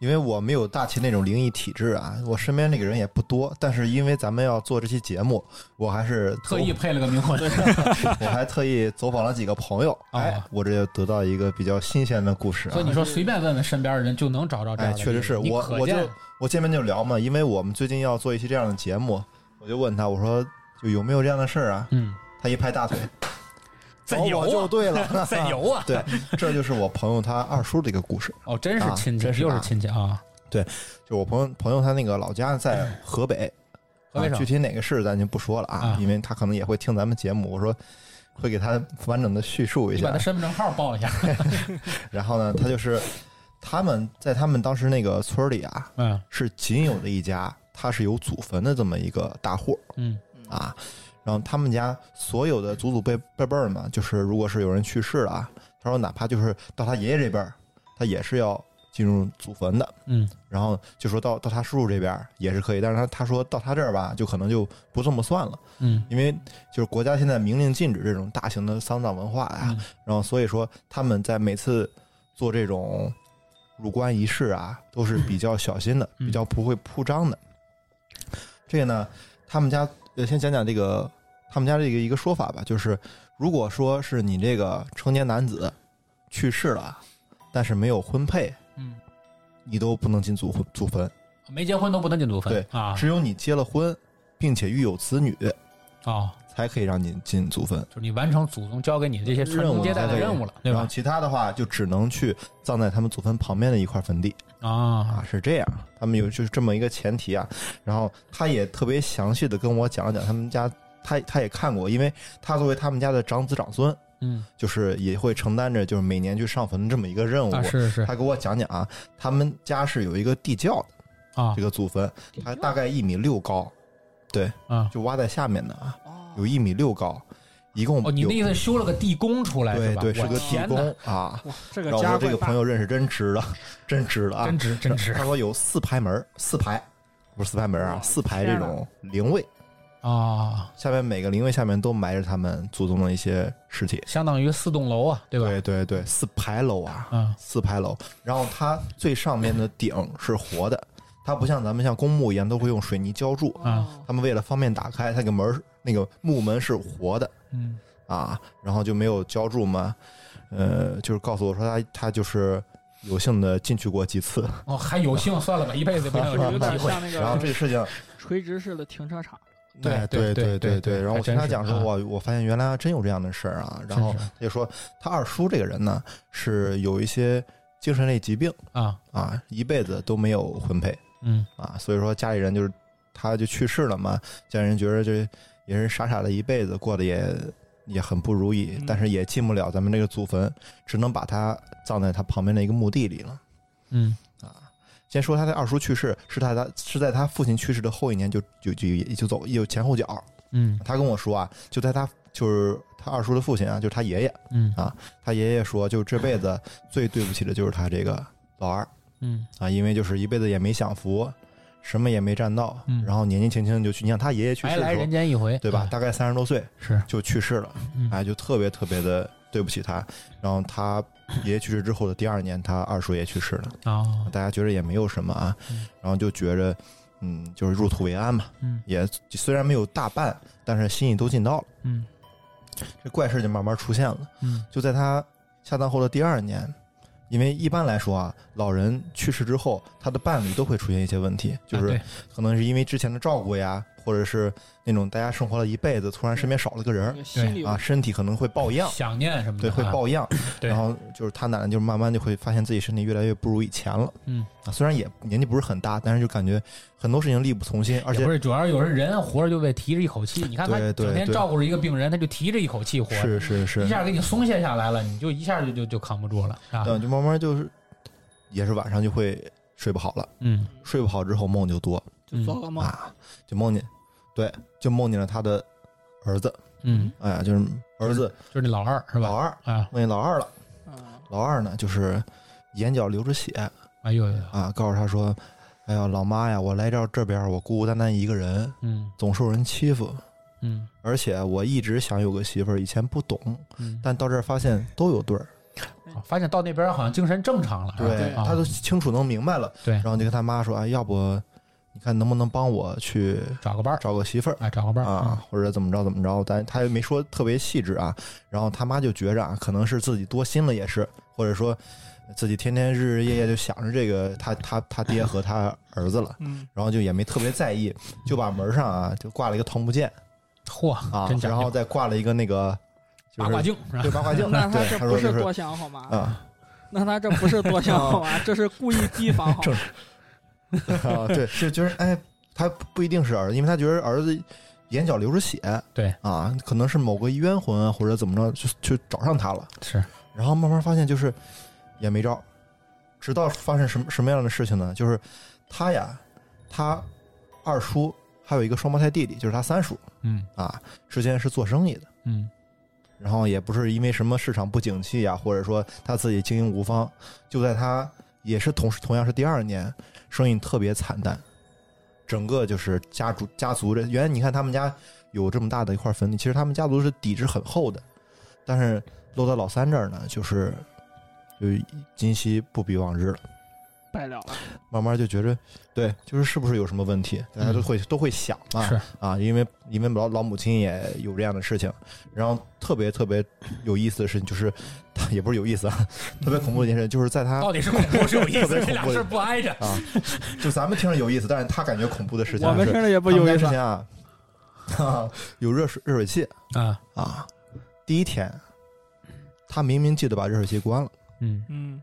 因为我没有大秦那种灵异体质啊，我身边那个人也不多，但是因为咱们要做这期节目，我还是走啊
特意，配了个冥婚，
我还特意走访了几个 朋友，哎
哦，
我这就得到一个比较新鲜的故事啊
所以。你说随便问问身边的人就能找着这样
哎，
的例子。
确实是
你
我，
可
我就
见
我见面就聊嘛，因为我们最近要做一期这样的节目，我就问他，我说就有没有这样的事儿啊？
嗯，
他一拍大 腿，
再
找
有
我
啊
就对了，
再游啊！
对，这就是我朋友他二叔的一个故事。
哦，真是
啊
亲戚，
真是
又
啊
是亲戚啊！
就我朋友朋友他那个老家在河北，
河北
啊
省
具体哪个市咱就不说了啊
啊，
因为他可能也会听咱们节目，我说会给他完整的叙述一
你把
下
他。身份证号报 一下。
然后呢，他就是他们在他们当时那个村里啊，
嗯
是仅有的一家，他是有祖坟的这么一个大户
嗯
啊。然后他们家所有的祖祖辈辈辈儿嘛，就是如果是有人去世了啊，他说哪怕就是到他爷爷这辈儿，他也是要进入祖坟的。
嗯
然后就说到到他叔叔这边儿也是可以，但是他他说到他这儿吧，就可能就不这么算了，
嗯
因为就是国家现在明令禁止这种大型的丧葬文化呀、
嗯
然后所以说他们在每次做这种入关仪式啊，都是比较小心的，
嗯
比较不会铺张的。这个呢，他们家呃，先讲讲这个他们家这个一个说法吧，就是如果说是你这个成年男子去世了，但是没有婚配，
嗯，
你都不能进祖祖坟，
没结婚都不能进祖坟，
对
啊，
只有你结了婚，并且育有子女，
哦，
才可以让你进祖坟。
就是你完成祖宗交给你的这些传宗接代的任务了，对
然后
吧？
其他的话就只能去葬在他们祖坟旁边的一块坟地。啊
啊，，
是这样，他们有就是这么一个前提啊。然后他也特别详细的跟我讲了讲他们家，他他也看过，因为他作为他们家的长子长孙，
嗯，
就是也会承担着就是每年去上坟这么一个任务。
啊，是是
他给我讲讲啊，他们家是有一个地窖的，
啊
这个祖坟，它大概一米六高，
啊，
就挖在下面的啊，
哦
有一米六高，一共
哦，你
有
那意思修了个地宫出来
对
吧？
对，是
我
个地
天
宫
哪，
啊。
哇，这个
让
家
我这
怪
个
大
朋友认识真值了，真值了啊！
真值真值
他说有四排门儿，四排不是四排门儿啊
哇，
四排
天
这
哪
种灵位，
啊，
下面每个灵位下面都埋着他们祖宗的一些尸体。
相当于四栋楼啊，对吧？
对对对，四排楼啊，
啊，
四排楼。然后它最上面的顶是活的，它不像咱们像公墓一样都会用水泥浇筑，
哦
啊
他们为了方便打开，它那个门儿那个木门是活的
嗯
啊，然后就没有浇筑嘛。呃，就是告诉我说他他就是有幸的进去过几 次，
哦，还有幸算了吧，一辈子也不 能有
有
这种
点
机会。
像那
然后这
个
个事情
垂直式的停车场，
对
哎
对
对
对对
对
对
然后
还
我
真
听他
是
讲说，
啊
我我发现原来真有这样的事儿啊。然
真
后
是
他就说，他二叔这个人呢是有一些精神类疾病
啊，
啊，一辈子都没有婚配
嗯
啊，所以说家里人就是他就去世了嘛，家里人觉得这也是傻傻的一辈子过得也也很不如意
嗯，
但是也进不了咱们这个祖坟，只能把他葬在他旁边的一个墓地里了。
嗯
啊。先说他的二叔去世，是他他是在他父亲去世的后一年就就就也就走有前后脚。
嗯
他跟我说啊，就在他就是他二叔的父亲啊，就是他爷爷，
嗯
他爷爷说，就这辈子最对不起的就是他这个老二
嗯
啊，因为就是一辈子也没享福，什么也没占到，
嗯
然后年纪轻轻就去，你想他爷爷去
白
世的
来
时候
人，间一回，
对
啊
吧？大概三十多岁
是，
就去世了，
嗯
哎，就特别特别的对不起他。然后他爷爷去世之后的第二年，他二叔也去世了。
哦，
大家觉得也没有什么啊
嗯，
然后就觉着，嗯，就是入土为安嘛，
嗯
也虽然没有大办，但是心意都尽到了。
嗯
这怪事就慢慢出现了，
嗯
就在他下葬后的第二年，因为一般来说啊，老人去世之后，他的伴侣都会出现一些问题，就
啊
是
对
可能是因为之前的照顾呀，或者是那种大家生活了一辈子，突然身边少了个人
那
儿
个心理
啊，身体可能会抱恙，
想念什么
对，
的，
会
啊
抱恙，
对
然后就是他奶奶就慢慢就会发现自己身体越来越不如以前了。
嗯
啊，虽然也年纪不是很大，但是就感觉很多事情力不从心，而
也
且
不是，主要是有人人活着就得提着一口气。你看他
对对
整天
对
照顾着一个病人，他就提着一口气活，
是是
一
是，
下给你松懈下来了，你就一下就就就扛不住了，是吧？
嗯，就慢慢就是，也是晚上就会睡不好了，
嗯
睡不好之后梦就多
就做噩梦，
啊，就梦见，对，就梦见了他的儿子，
嗯，
哎呀，就是儿子
就是那老二是
老
吧？
二，
啊，
梦见老二了，
嗯，
老二呢就是眼角流着血
哎呦呦，
啊，告诉他说，哎呀，老妈呀，我来到这边儿，我孤孤单单一个人，
嗯
总受人欺负，
嗯
而且我一直想有个媳妇儿，以前不懂，
嗯，
但到这儿发现都有对儿。
啊发现到那边好像精神正常了，是吧
对
啊，
他都清楚能明白了，
对
然后就跟他妈说，哎，要不你看能不能帮我去
找个伴儿，
找个媳妇儿
哎，找个伴儿
啊，，或者怎么着怎么着，但他也没说特别细致啊。然后他妈就觉着啊，可能是自己多心了，也是，或者说自己天天日日夜夜就想着这个他他他爹和他儿子了。
嗯，
然后就也没特别在意，就把门上啊就挂了一个桃木剑
嚯，
啊
真，讲究
然后再挂了一个那个就
八
是
卦镜是吧？
对八卦镜，
那他
对
这
他
不
说就是是
多想好吗？
啊，
那他这不是多想好 吗？这是故意提防 好吗，
啊，对，就就是哎，他不一定是儿子，因为他觉得儿子眼角流着血，
对
啊，可能是某个冤魂啊，或者怎么着，就就找上他了。
是，
然后慢慢发现就是也没招，直到发生什么什么样的事情呢？就是他呀，他二叔还有一个双胞胎弟弟，就是他三叔
嗯
啊，之前是做生意的。
嗯
然啊后也不是因为什么市场不景气呀、或者说他自己经营无方，就在他也是同时同样是第二年，生意特别惨淡，整个就是家族家族这原来你看他们家有这么大的一块坟地，其实他们家族是底子很厚的，但是落到老三这儿呢，就是就今夕不比往日了，
败了了。
慢慢就觉着对，就是是不是有什么问题，大家都会、都会想嘛，
是
啊，因为因为老老母亲也有这样的事情，然后特别特别有意思的事情就是，也不是有意思啊，特别恐怖的一件事就是在他
哦
到底是恐怖是有意
特
思
别，恐怖
这俩事儿不挨着。
啊，就咱们听着有意思，但是他感觉恐怖的事情
我们
是
听着也
他
不
们
有
家
意
之
思，
前啊，哈， 有热水热水器
啊，
啊，第一天他明明记得把热水器关了，
嗯
嗯，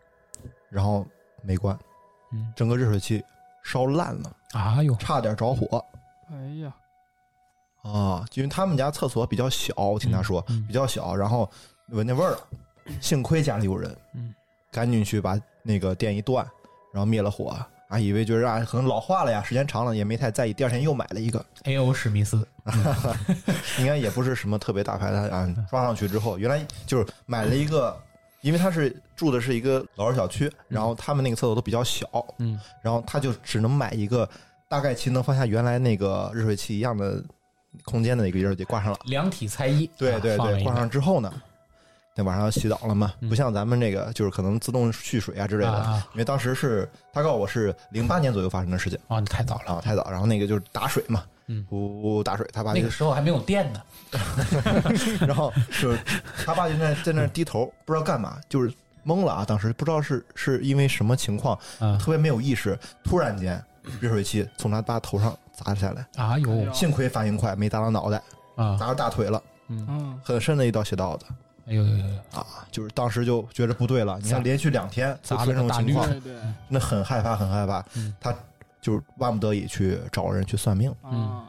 然后没关，
嗯，
整个热水器烧烂了，
哎呦，
差点着火
哎呀，
啊，因为他们家厕所比较小，我听他说，
嗯
比较小，然后闻见味儿了，幸亏家里有人，
嗯，
赶紧去把那个电一断，然后灭了火啊，以为觉得啊可能老化了呀，时间长了也没太在意，第二天又买了一个，
，A.O. 史密斯，
应该也不是什么特别大牌的啊，抓上去之后，原来就是买了一个，因为他是住的是一个老人小区，然后他们那个厕所都比较小，
嗯
然后他就只能买一个大概其能放下原来那个热水器一样的空间的一个热水器挂上了。
量体裁衣，
对
啊
对
放了
对，
一
挂
个
上之后呢，那晚上洗澡了嘛，
嗯
不像咱们这个就是可能自动蓄水啊之类的，
啊
因为当时是他告诉我是零八年左右发生的事情，
啊，哦你太早了，
然后太早，然后那个就是打水嘛
嗯，
呜呜呜打水，他把
那
那
个时候还没有电呢，
然后是他爸就在在那儿低头，不知道干嘛，就是懵了啊。当时不知道是是因为什么情况，
啊
特别没有意识，突然间热水器从他爸头上砸了下来，
哎
哎
呦
呦
幸亏反应快，没砸到脑袋，
啊，
砸到大腿了，
嗯，
嗯，
很深的一道血道子
哎呦呦呦呦，
啊！就是当时就觉得不对了，你
砸
看连续两天
砸
就出
了个
现这种
大
情
绿
况，
对对，
那很害怕，很害怕
嗯。
他就是万不得已去找人去算命，
啊，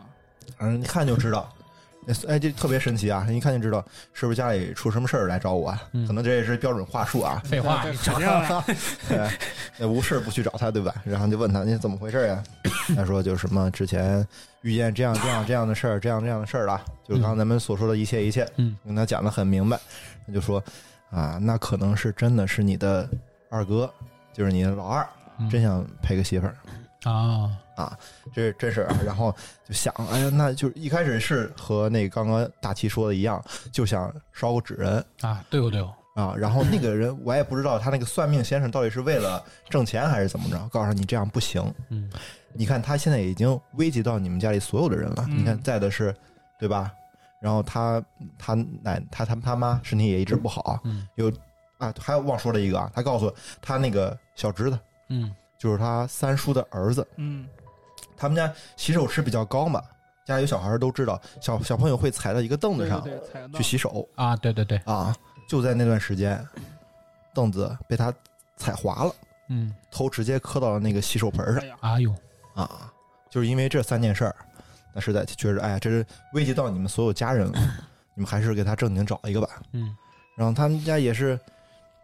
反正一看就知道。哎，这特别神奇啊！一看就知道是不是家里出什么事儿来找我啊？
嗯
可能这也是标准话术啊。
废话，
这
你
肯定的，
哎，那无事不去找他，对吧？然后就问他你怎么回事呀、 他说就是什么之前遇见这样这样这样的事儿，这样这样的事儿了，就是刚刚咱们所说的一切一切，
嗯，
跟他讲的很明白。他就说啊，那可能是真的是你的二哥，就是你的老二，
嗯
真想配个媳妇儿，
啊，
这是真事儿啊。然后就想，哎呀，那就是一开始是和那个刚刚大齐说的一样，就想烧个纸人，
啊，对哦对哦，
啊，然后那个 人我也不知道他那个算命先生到底是为了挣钱还是怎么着，告诉他你这样不行。
嗯，
你看他现在已经危及到你们家里所有的人了，
嗯
你看在的是，对吧？然后他他奶他他他妈身体也一直不好
嗯
啊，还有忘说了一个啊，他告诉他那个小侄子，
嗯
就是他三叔的儿子，
嗯，
他们家洗手池比较高嘛，家里有小孩儿都知道，小小朋友会踩到一个凳子
对对
上
对，踩个
去洗手
啊，对对对，
啊，就在那段时间，凳子被他踩滑了。
嗯，
头直接磕到了那个洗手盆
凳
上
哎呀，
哎呦，
啊！就是因为这三件事儿，那实在觉着哎呀，这是危及到你们所有家人了，你们还是给他正经找一个吧。
嗯
然后他们家也是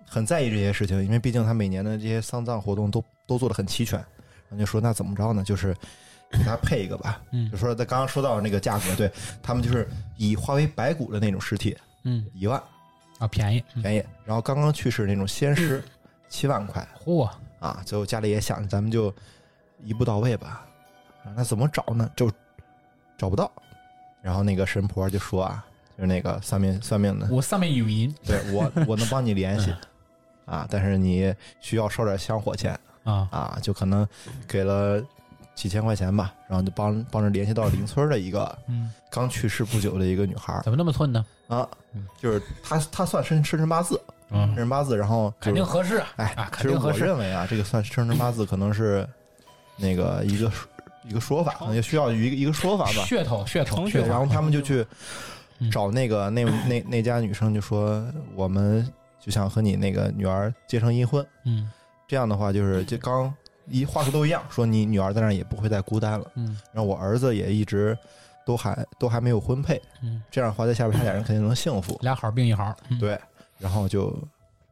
很在意这些事情，因为毕竟他每年的这些丧葬活动都都做的很齐全。然后就说那怎么着呢？就是给他配一个吧。
嗯
就说他刚刚说到那个价格，对他们就是以化为白骨的那种尸体，
嗯，
一万
啊，便宜，嗯
便宜。然后刚刚去世那种鲜尸，七万块。
嚯，
啊，最后家里也想着咱们就一步到位吧。啊那怎么找呢？就找不到。然后那个神婆就说啊，就是那个算命算命的，
我嗯上面有银
对我 我能帮你联系啊，但是你需要烧点香火钱
啊，
啊，就可能给了几千块钱吧，然后就帮帮着联系到邻村的一个
嗯，
刚去世不久的一个女孩儿
怎么那么寸呢？
啊
嗯，
就是她她算生生辰八字，生
嗯，
辰八字，然后就是
肯定合适啊，
哎
啊，
其
肯
实
定
我
合适，
认为啊，这个算生辰八字可能是那个一个一个说法，可能也需要一个一个说法吧。
噱头噱头
程序
噱
对，
头，
然后他们就去
嗯
找那个那那那家女生，就说我们就想和你那个女儿结成阴婚，
嗯
这样的话就是这刚一话术都一样，说你女儿在那儿也不会再孤单了。
嗯
然后我儿子也一直都还都还没有婚配，
嗯，
这样的话在下边他俩人肯定能幸福。
俩好并一好，嗯，
对，然后就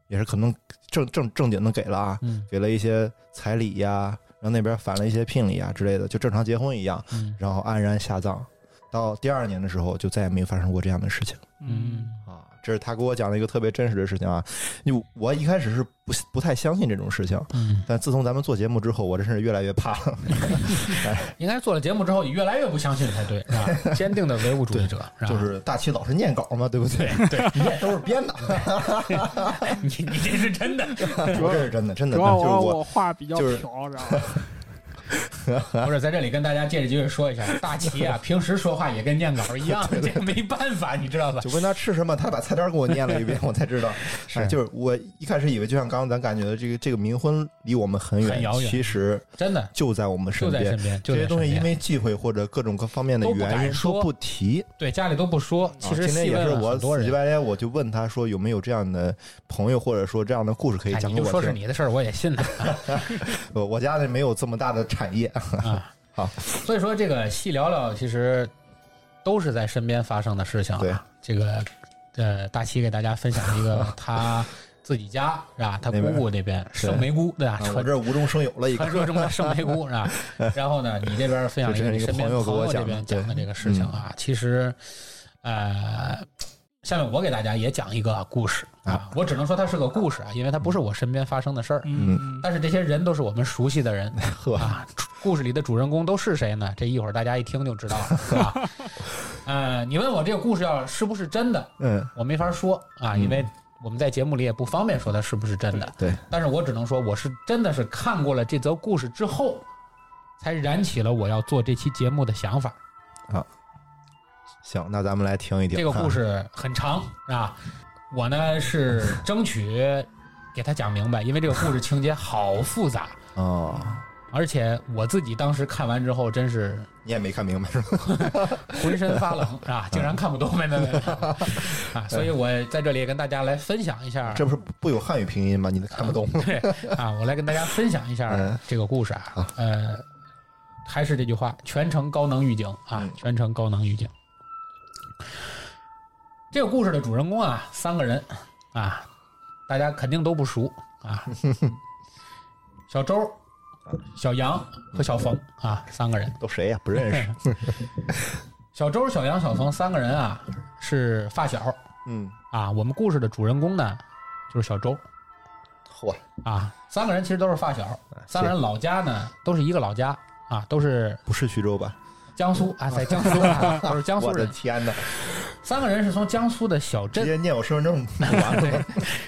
也是可能正正正经的给了啊，
嗯
给了一些彩礼呀、然后那边返了一些聘礼啊之类的，就正常结婚一样，
嗯
然后安然下葬。到第二年的时候，就再也没有发生过这样的事情
嗯
嗯，
啊。这是他给我讲了一个特别真实的事情啊。因为我一开始是不不太相信这种事情，
嗯，
但自从咱们做节目之后，我真是越来越怕了。
应该做了节目之后，你越来越不相信才对，是 吧？坚定的唯物主义者，是吧
就是大齐老是念稿嘛，对不对？
啊对，
你也都是编的，
你你这是真 的，
我这是真的，真的，
主
就是
要我
我
我话比较
就是
瓢，知道吧？
不是在这里跟大家借着机会说一下，大齐 啊，平时说话也跟念稿一样，这个没办法，你知道吧？
就问他吃什么，他把菜单给我念了一遍，我才知道。哎，就是我一开始以为，就像刚刚咱感觉的，这个这个冥婚离我们很远，
很遥远
其实
真的
就在我们
就
身
在
边。
身边，就在
这
身
些东西因
边。
为忌讳或者各种各方面的
都不敢
原因
说
都不提。
对家里都不说，其
啊
实
今天
细
也
问
是
了
我
很多
死乞
人。
白赖，我就问他说有没有这样的朋友或者说这样的故事可以
哎，
讲
你
给
就
我
说是
听。
你的事儿，我也信 他
我我家里没有这么大的产 业，
啊。
好，
所以说这个细聊聊，其实都是在身边发生的事情、啊。
对，
这个呃，大齐给大家分享了一 个他自己家是吧？他
那
姑
边
姑那边
是
圣梅姑对吧？
啊我
传
这无中生有了一个
传。说中的圣梅姑是 吧？然后呢，你这边分享了一
这
个
是
你
一个
身边
朋友给我
这
讲的
边讲的
对嗯
这个事情啊，其实呃，下面我给大家也讲一个故事啊
啊，
我只能说它是个故事啊，因为它不是我身边发生的事儿。
嗯
嗯，
但是这些人都是我们熟悉的 人
呵，
啊，主故事里的主人公都是谁呢？这一会儿大家一听就知道了，是吧？呃，你问我这个故事要是不是真的，
嗯，
我没法说啊，
嗯
因为我们在节目里也不方便说它是不是真的。
对，
但是我只能说，我是真的是看过了这则故事之后，才燃起了我要做这期节目的想法。
行，那咱们来听一听
这个故
啊
事很长啊，我呢是争取给他讲明白，因为这个故事情节好复杂，
哦，
而且我自己当时看完之后真是
你也没看明白是吧？
浑身发冷啊，竟然看不懂，没没没没啊！所以我在这里也跟大家来分享一下，
这不是不有汉语拼音吗？你都看不懂。
对啊，我来跟大家分享一下
嗯
这个故事啊
好，
呃，还是这句话，全程高能预警啊
嗯，
全程高能预警。这个故事的主人公啊，三个人啊，大家肯定都不熟 啊，小周、
啊
小杨和小冯啊，三个人。
都谁呀？不认识。
小周、小杨、小冯三个人啊是发小
嗯，
啊。我们故事的主人公呢就是小周
嚯，
啊，三个人其实都是发小，三个
这
人老家呢都是一个老家啊，都是
不是徐州吧？
江苏啊，在江苏、 啊、都是江苏
我的
人。
天哪！
三个人是从江苏的小
直
镇，啊
接念我身份证完了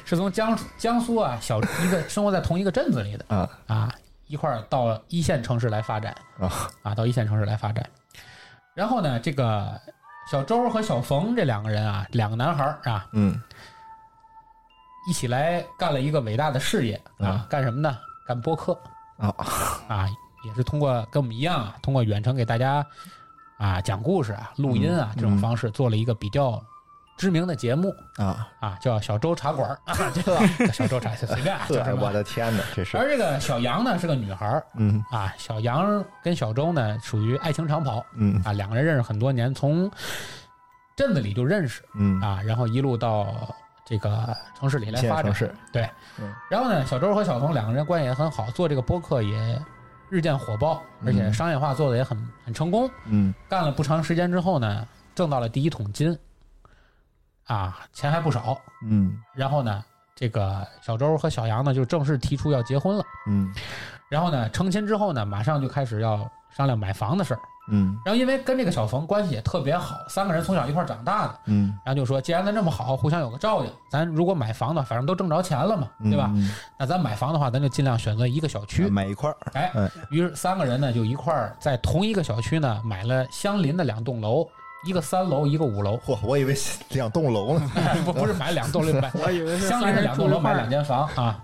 是从江江苏啊小一个生活在同一个镇子里的
啊
啊，一块儿到一线城市来发展
啊！
啊，到一线城市来发展。然后呢，这个小周和小冯这两个人啊，两个男孩儿啊，
嗯，
一起来干了一个伟大的事业啊
啊！
干什么呢？干播客
啊，
啊，也是通过跟我们一样啊，通过远程给大家啊讲故事啊、录音啊
嗯
这种方式，做了一个比较知名的节目
啊，
啊，叫小周茶 馆儿啊，叫小周茶随便啊叫什
呵，我
么。
的天哪，这是
而这个小杨呢是个女孩儿
嗯
啊，小杨跟小周呢属于爱情长跑
嗯
啊，两个人认识很多年，从镇子里就认识
嗯，
啊，然后一路到这个城市里来
现在
发展
城。市
对，
嗯
然后呢，小周和小冯两个人关系也很好，做这个播客也日渐火爆，而且商业化做的也很很成功。
嗯
干了不长时间之后呢，挣到了第一桶金，啊，钱还不少。
嗯
然后呢，这个小周和小杨呢就正式提出要结婚了。
嗯
然后呢，成亲之后呢，马上就开始要商量买房的事儿。
嗯
然后因为跟这个小冯关系也特别好，三个人从小一块儿长大的，
嗯，
然后就说，既然咱这么好，互相有个照应，咱如果买房呢，反正都挣着钱了嘛，对吧？
嗯？
那咱买房的话，咱就尽量选择一个小
去
区。
买一块儿，
哎
哎，，
于是三个人呢就一块儿在同一个小区呢买了相邻的两栋楼，一个三楼，一个五楼
嚯，我以为是两栋楼呢。
不不是买两栋楼， 买
嗯我以为是
相
三
邻的
人
两
住
栋
一
楼
块
买
儿
两间房啊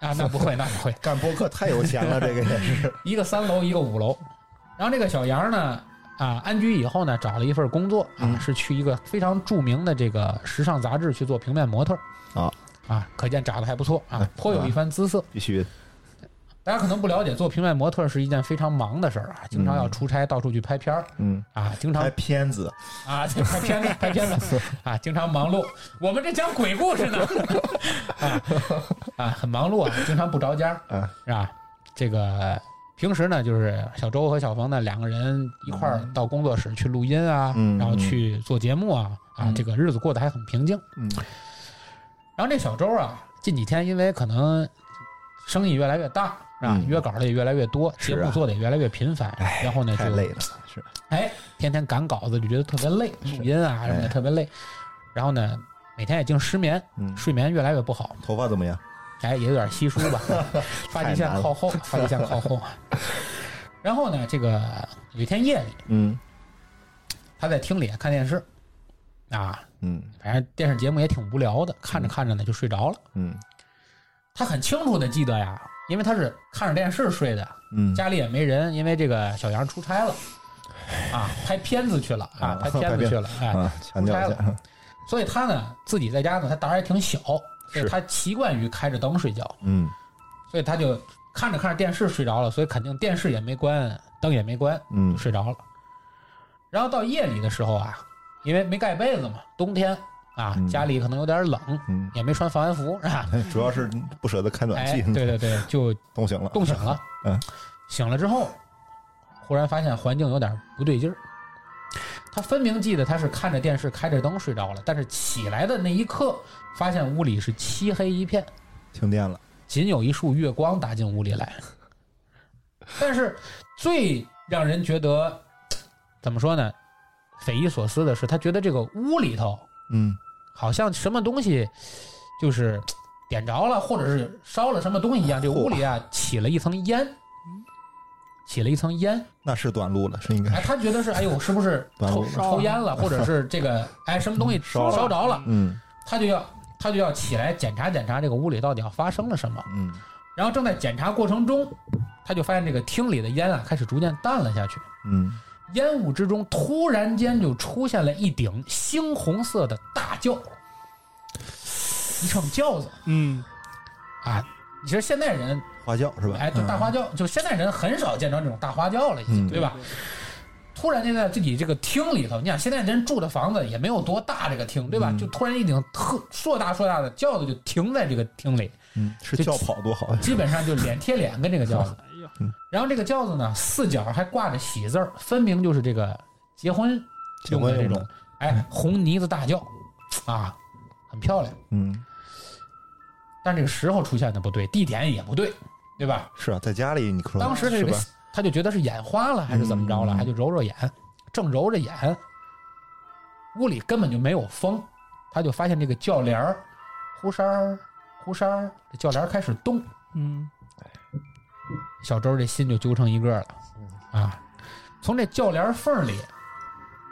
啊，那不会那不会，
干播客太有钱了，这个也 是。
一个三楼，一个五楼。然后这个小杨呢啊安居以后呢，找了一份工作啊，
嗯
是去一个非常著名的这个时尚杂志去做平面模特
啊
啊，可见长得还不错啊
哎，
颇有一番姿色。
必须，
大家可能不了解，做平面模特是一件非常忙的事儿啊，经
嗯
常要出差，到处去拍片儿
嗯，
啊，经常
拍片子，
啊 这拍片子拍片子啊，经常忙碌。我们这讲鬼故事呢，啊啊，很忙碌啊，经常不着家
啊
是吧？这个平时呢，就是小周和小冯呢两个人一块儿到工作室去录音啊，
嗯
然后去做节目啊，啊
嗯，
这个日子过得还很平静。
嗯
然后这小周啊，近几天因为可能生意越来越大，是吧？
嗯
约稿的也越来越多，
是
节
啊
目做的也越来越频繁，
哎
然后呢就
太累了，是
哎，天天赶稿子就觉得特别累，
是
录音啊什么
哎
的特别累。然后呢，每天也净失眠，
嗯，
睡眠越来越不好，
头发怎么样？
哎，也有点稀 疏吧，发际线
太难了
靠后，发际线靠后。然后呢，这个有一天夜里，
嗯
他在厅里看电视，啊，
嗯
反正电视节目也挺无聊的，看着看着呢就睡着了。
嗯
他很清楚的记得呀，因为他是看着电视睡的，
嗯，
家里也没人，因为这个小杨出差了，啊，拍片子去了啊
啊，
拍片子去了，哎，
啊，强调一
出差
下，
所以他呢自己在家呢，他胆儿也挺小，所以
是
他习惯于开着灯睡觉，
嗯
所以他就看着看着电视睡着了，所以肯定电视也没关，灯也没关，
嗯
就睡着了。然后到夜里的时候啊，因为没盖被子嘛，冬天啊
嗯，
家里可能有点冷，
嗯，哎
也没穿防寒服是吧？
主要是不舍得开暖
哎
气，，
对对对，就
冻醒了，
冻醒了。
嗯，
醒了之后，忽然发现环境有点不对劲儿。他分明记得他是看着电视、开着灯睡着了，但是起来的那一刻，发现屋里是漆黑一片，
停电了，
仅有一束月光打进屋里来。但是最让人觉得怎么说呢，匪夷所思的是，他觉得这个屋里头
嗯
好像什么东西就是点着了，或者是烧了什么东西一样，这个屋里啊起了一层烟，起了一层烟。
那是短路了，是应
哎，
该，
他觉得是哎呦，是不是
短
抽
路
了
抽烟了，或者是这个哎什么东西
烧了
烧着了，
嗯
他就要他就要起来检查检查这个屋里到底要发生了什么。
嗯
然后正在检查过程中，他就发现这个厅里的烟啊开始逐渐淡了下去，
嗯，
烟雾之中突然间就出现了一顶猩红色的大轿，一乘轿子。
嗯，
啊，其实现代人
花轿是吧？
哎，就大花轿，就现代人很少见着这种大花轿了，已经、
嗯
对吧？？突然间在自己这个厅里头，你想现在人住的房子也没有多大，这个厅对吧？
嗯
就突然一顶特硕大硕大的轿子就停在这个厅里，
嗯，是
就
轿跑多好呀，
基本上就脸贴脸跟这个轿 子。
哎呀，
然后这个轿子呢，四角还挂着喜字儿，分明就是这个结婚
结
用
婚
的这
用
种
的，嗯
哎红呢子大轿啊，很漂亮。
嗯，
但这个时候出现的不对，地点也不对，对吧？
是啊，在家里你说
当时这个
是吧
他就觉得是眼花了还是怎么着了，
嗯
他就揉揉眼，正揉着眼，屋里根本就没有风，他就发现这个轿帘儿忽扇儿忽扇儿，这轿帘儿开始动，
嗯，
小周这心就揪成一个了
嗯
啊！从这轿帘缝儿里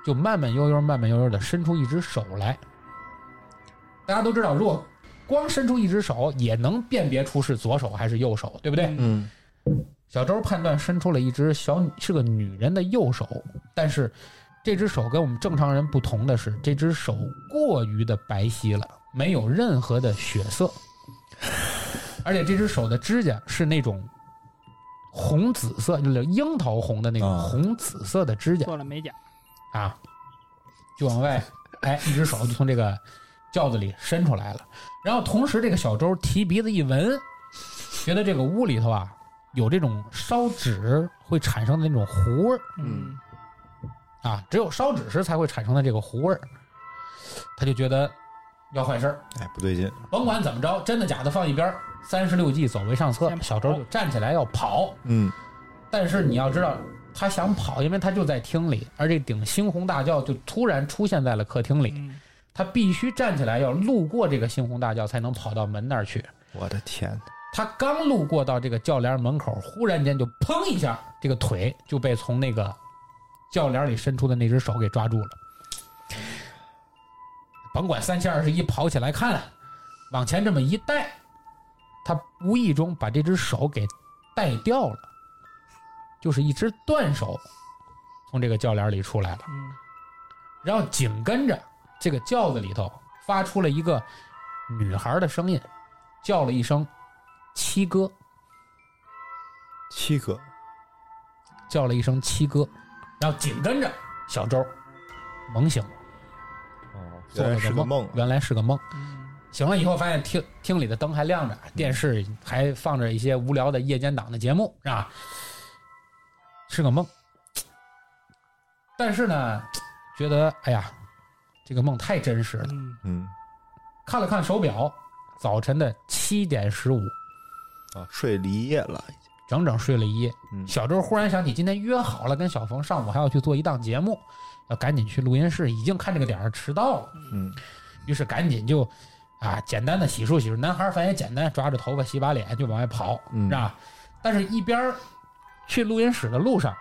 就慢慢悠悠、慢慢悠悠的伸出一只手来。大家都知道，如果光伸出一只手也能辨别出是左手还是右手，对不对？
嗯
嗯
小周判断伸出了一只小女是个女人的右手，但是这只手跟我们正常人不同的是，这只手过于的白皙了，没有任何的血色，而且这只手的指甲是那种红紫色，就是樱桃红的那种
啊
红紫色的指甲
做了美甲，
啊，就往外，哎，一只手就从这个轿子里伸出来了。然后同时，这个小周提鼻子一闻，觉得这个屋里头啊有这种烧纸会产生的那种糊味儿
嗯
啊，只有烧纸时才会产生的这个糊味儿，他就觉得要坏事儿。
哎不对劲，
甭管怎么着，真的假的放一边儿，三十六计走为上策
先。跑
小周就站起来要跑，
嗯
但是你要知道，他想跑，因为他就在厅里，而这顶猩红大轿就突然出现在了客厅里。
嗯，
他必须站起来，要路过这个猩红大轿，才能跑到门那儿去。
我的天，
他刚路过到这个轿帘门口，忽然间就砰一下，这个腿就被从那个轿帘里伸出的那只手给抓住了。甭管三七二十一，跑起来看，往前这么一带，他无意中把这只手给带掉了，就是一只断手从这个轿帘里出来了。
嗯
然后紧跟着这个轿子里头发出了一个女孩的声音，叫了一声“七哥
七哥，”，
哦叫了一声“七哥”，然后紧跟着小周猛醒，
哦，
做
原来
了
是
个
个梦啊，
原来是个梦。
嗯，
醒了以后发现厅厅里的灯还亮着，电视还放着一些无聊的夜间档的节目，是吧？是个梦。但是呢，觉得哎呀，这个梦太真实了。
嗯，
嗯
看了看手表，早晨的七点十五，
啊，睡了一夜了，
整整睡了一夜。
嗯
小周忽然想起，今天约好了跟小冯上午还要去做一档节目，要赶紧去录音室，已经看这个点儿迟到了，
嗯
于是赶紧就啊简单的洗漱洗漱，男孩儿反正也简单，抓着头发洗把脸就往外跑，
嗯
是吧？但是，一边儿去录音室的路上，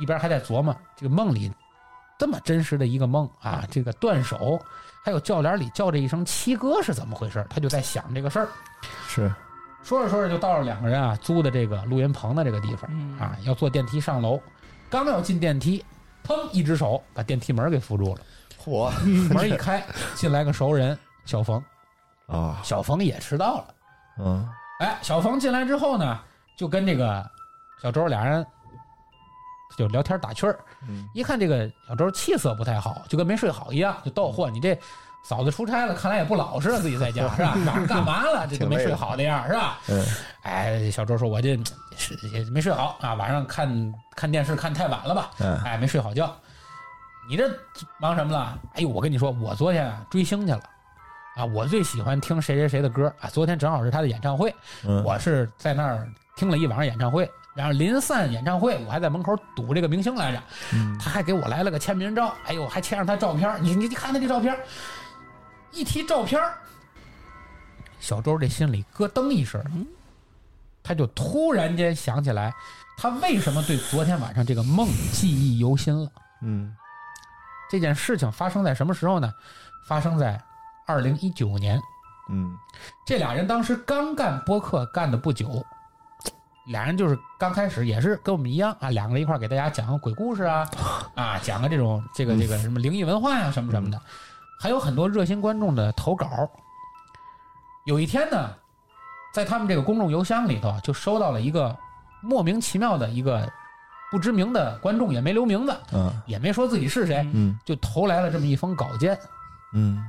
一边儿还在琢磨这个梦里这么真实的一个梦啊，这个断手，还有叫帘里叫这一声七哥是怎么回事儿？他就在想这个事儿。
是，
说着说着，就到了两个人啊租的这个录音棚的这个地方
嗯
啊，要坐电梯上楼，刚要进电梯，砰，一只手把电梯门给扶住了，
嚯
门一开，进来个熟人小冯，
啊，
小冯也迟到了。
嗯
哎，小冯进来之后呢，就跟这个小周俩人就聊天打趣儿。
嗯
一看这个小周气色不太好，就跟没睡好一样，就逗嚯，你这嫂子出差了，看来也不老实了，自己在家是吧？哪儿干嘛了？这个没睡好的样儿是吧？
嗯
哎，小周说，我这是也没睡好啊，晚上看看电视看太晚了吧？
嗯
哎，没睡好觉。你这忙什么了？哎呦，我跟你说，我昨天啊追星去了，啊，我最喜欢听谁谁谁的歌啊，昨天正好是他的演唱会，
嗯，
我是在那儿听了一晚上演唱会，然后临散演唱会，我还在门口堵这个明星来着，
嗯
他还给我来了个签名照，哎呦，还签上他照片儿，你你你看他这照片儿，一提照片儿，小周这心里咯噔一声，他就突然间想起来，他为什么对昨天晚上这个梦记忆犹新了。
嗯
这件事情发生在什么时候呢？发生在二零一九年，
嗯
这俩人当时刚干播客干的不久，俩人就是刚开始也是跟我们一样啊，两个人一块儿给大家讲个鬼故事啊，啊，讲个这种这个这个什么灵异文化呀、啊什么什么的，还有很多热心观众的投稿。有一天呢，在他们这个公众邮箱里头啊就收到了一个莫名其妙的一个不知名的观众，也没留名字，
嗯
也没说自己是谁，
嗯
就投来了这么一封稿件。
嗯，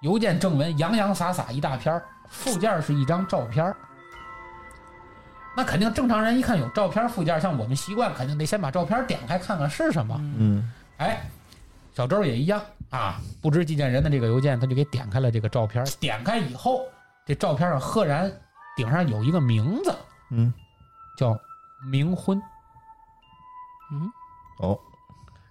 邮件正文洋洋洒洒一大篇儿，附件是一张照片儿。那肯定，正常人一看有照片附件，像我们习惯，肯定得先把照片点开看看是什么。
嗯
嗯
哎，小周也一样啊，不知寄件人的这个邮件，他就给点开了这个照片儿。点开以后，这照片上赫然顶上有一个名字，
嗯，
叫冥婚。
嗯
哦，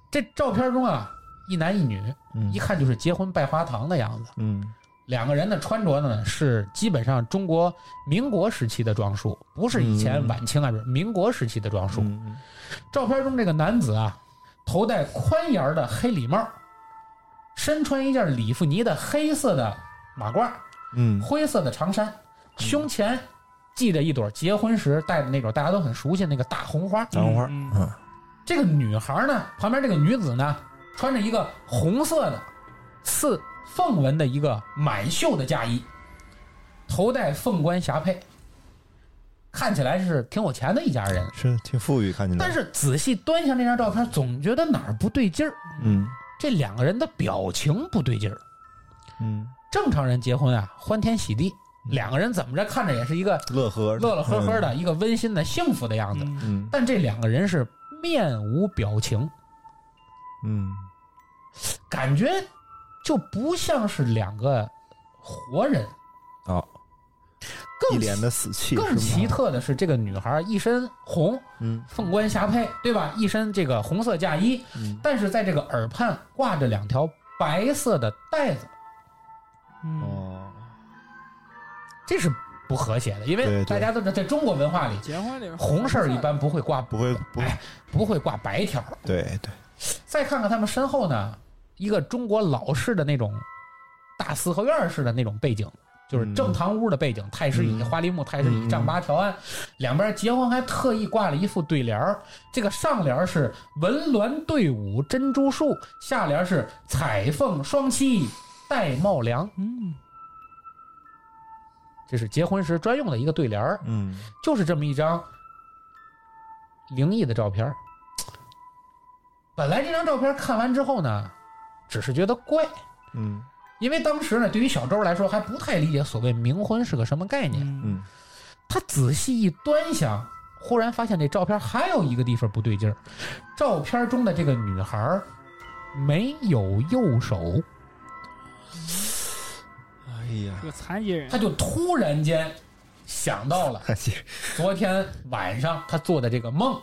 这照片中啊，一男一女，
嗯
一看就是结婚拜花堂的样子。
嗯
两个人的穿着呢是基本上中国民国时期的装束，不是以前
嗯
晚清啊，不是民国时期的装束。
嗯
照片中这个男子啊，头戴宽檐儿的黑礼帽，身穿一件里弗尼的黑色的马褂，
嗯
灰色的长衫，胸前系着一朵结婚时戴的那种大家都很熟悉那个大红花。
等会儿
嗯
嗯
这个女孩呢，旁边这个女子呢，穿着一个红色的刺凤纹的一个满袖的嫁衣，头戴凤冠霞帔，看起来是挺有钱的一家人。
是挺富裕，看起来，
但是仔细端详这张照片，总觉得哪儿不对劲儿。
嗯
这两个人的表情不对劲儿。
嗯，
正常人结婚啊，欢天喜地，两个人怎么着看着也是一个
乐呵
乐乐呵呵，的、一个温馨的、幸福的样子。
嗯
嗯
但这两个人是面无表情，
嗯
感觉就不像是两个活人
哦。嗯，一
更
脸的死气，
更
是吗
奇，特的是，这个女孩一身红，
嗯
凤冠霞帔，对吧？一身这个红色嫁衣，
嗯
但是在这个耳畔挂着两条白色的带子，
嗯，
哦，
这是不和谐的，因
对
为
对
大家都知道，在中国文化里，
嗯结婚得是
红事儿一
色的，
般不会挂
不会不会，
不会挂白条。
对对，
再看看他们身后呢，一个中国老式的那种大四合院式的那种背景，就是正堂屋的背景，太师椅、
嗯
花梨木太师椅、
嗯
丈八条案，两边结婚还特意挂了一副对联儿，这个上联儿是文鸾对舞珍珠树，下联儿是彩凤双栖戴茂梁，
嗯
这是结婚时专用的一个对联儿，
嗯
就是这么一张灵异的照片儿。本来这张照片看完之后呢，只是觉得怪。
嗯
因为当时呢，对于小周来说还不太理解所谓冥婚是个什么概念。
嗯
嗯
他仔细一端详，忽然发现这照片还有一个地方不对劲儿，照片中的这个女孩儿没有右手，
哎呀，
这个残疾人
他就突然间想到 了昨天晚上他做的这个梦，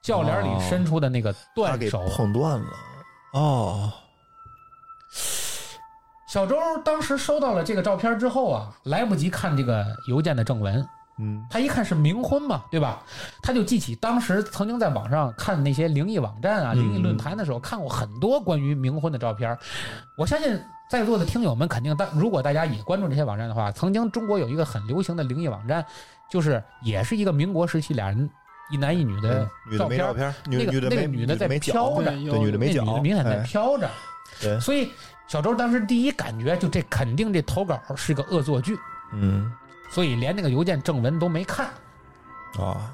轿帘里伸出的那个
他
断
哦给
手。啊
碰断了。哦，
小周当时收到了这个照片之后啊，来不及看这个邮件的正文，
嗯，
他一看是冥婚嘛，对吧？他就记起当时曾经在网上看那些灵异网站啊、
嗯
灵异论坛的时候，看过很多关于冥婚的照片儿。我相信在座的听友们肯定，当如果大家也关注这些网站的话，曾经中国有一个很流行的灵异网站，就是也是一个民国时期俩人一男一女的
嗯女的
哎照
没
片
照
儿，
片，女
那个
女的
那个
没
女的在
没
飘
脚，
着
对，女的没
那
脚
女的，明显在
哎
飘着。
对，
所以小周当时第一感觉就这肯定这投稿是个恶作剧，
嗯
所以连那个邮件正文都没看，
啊，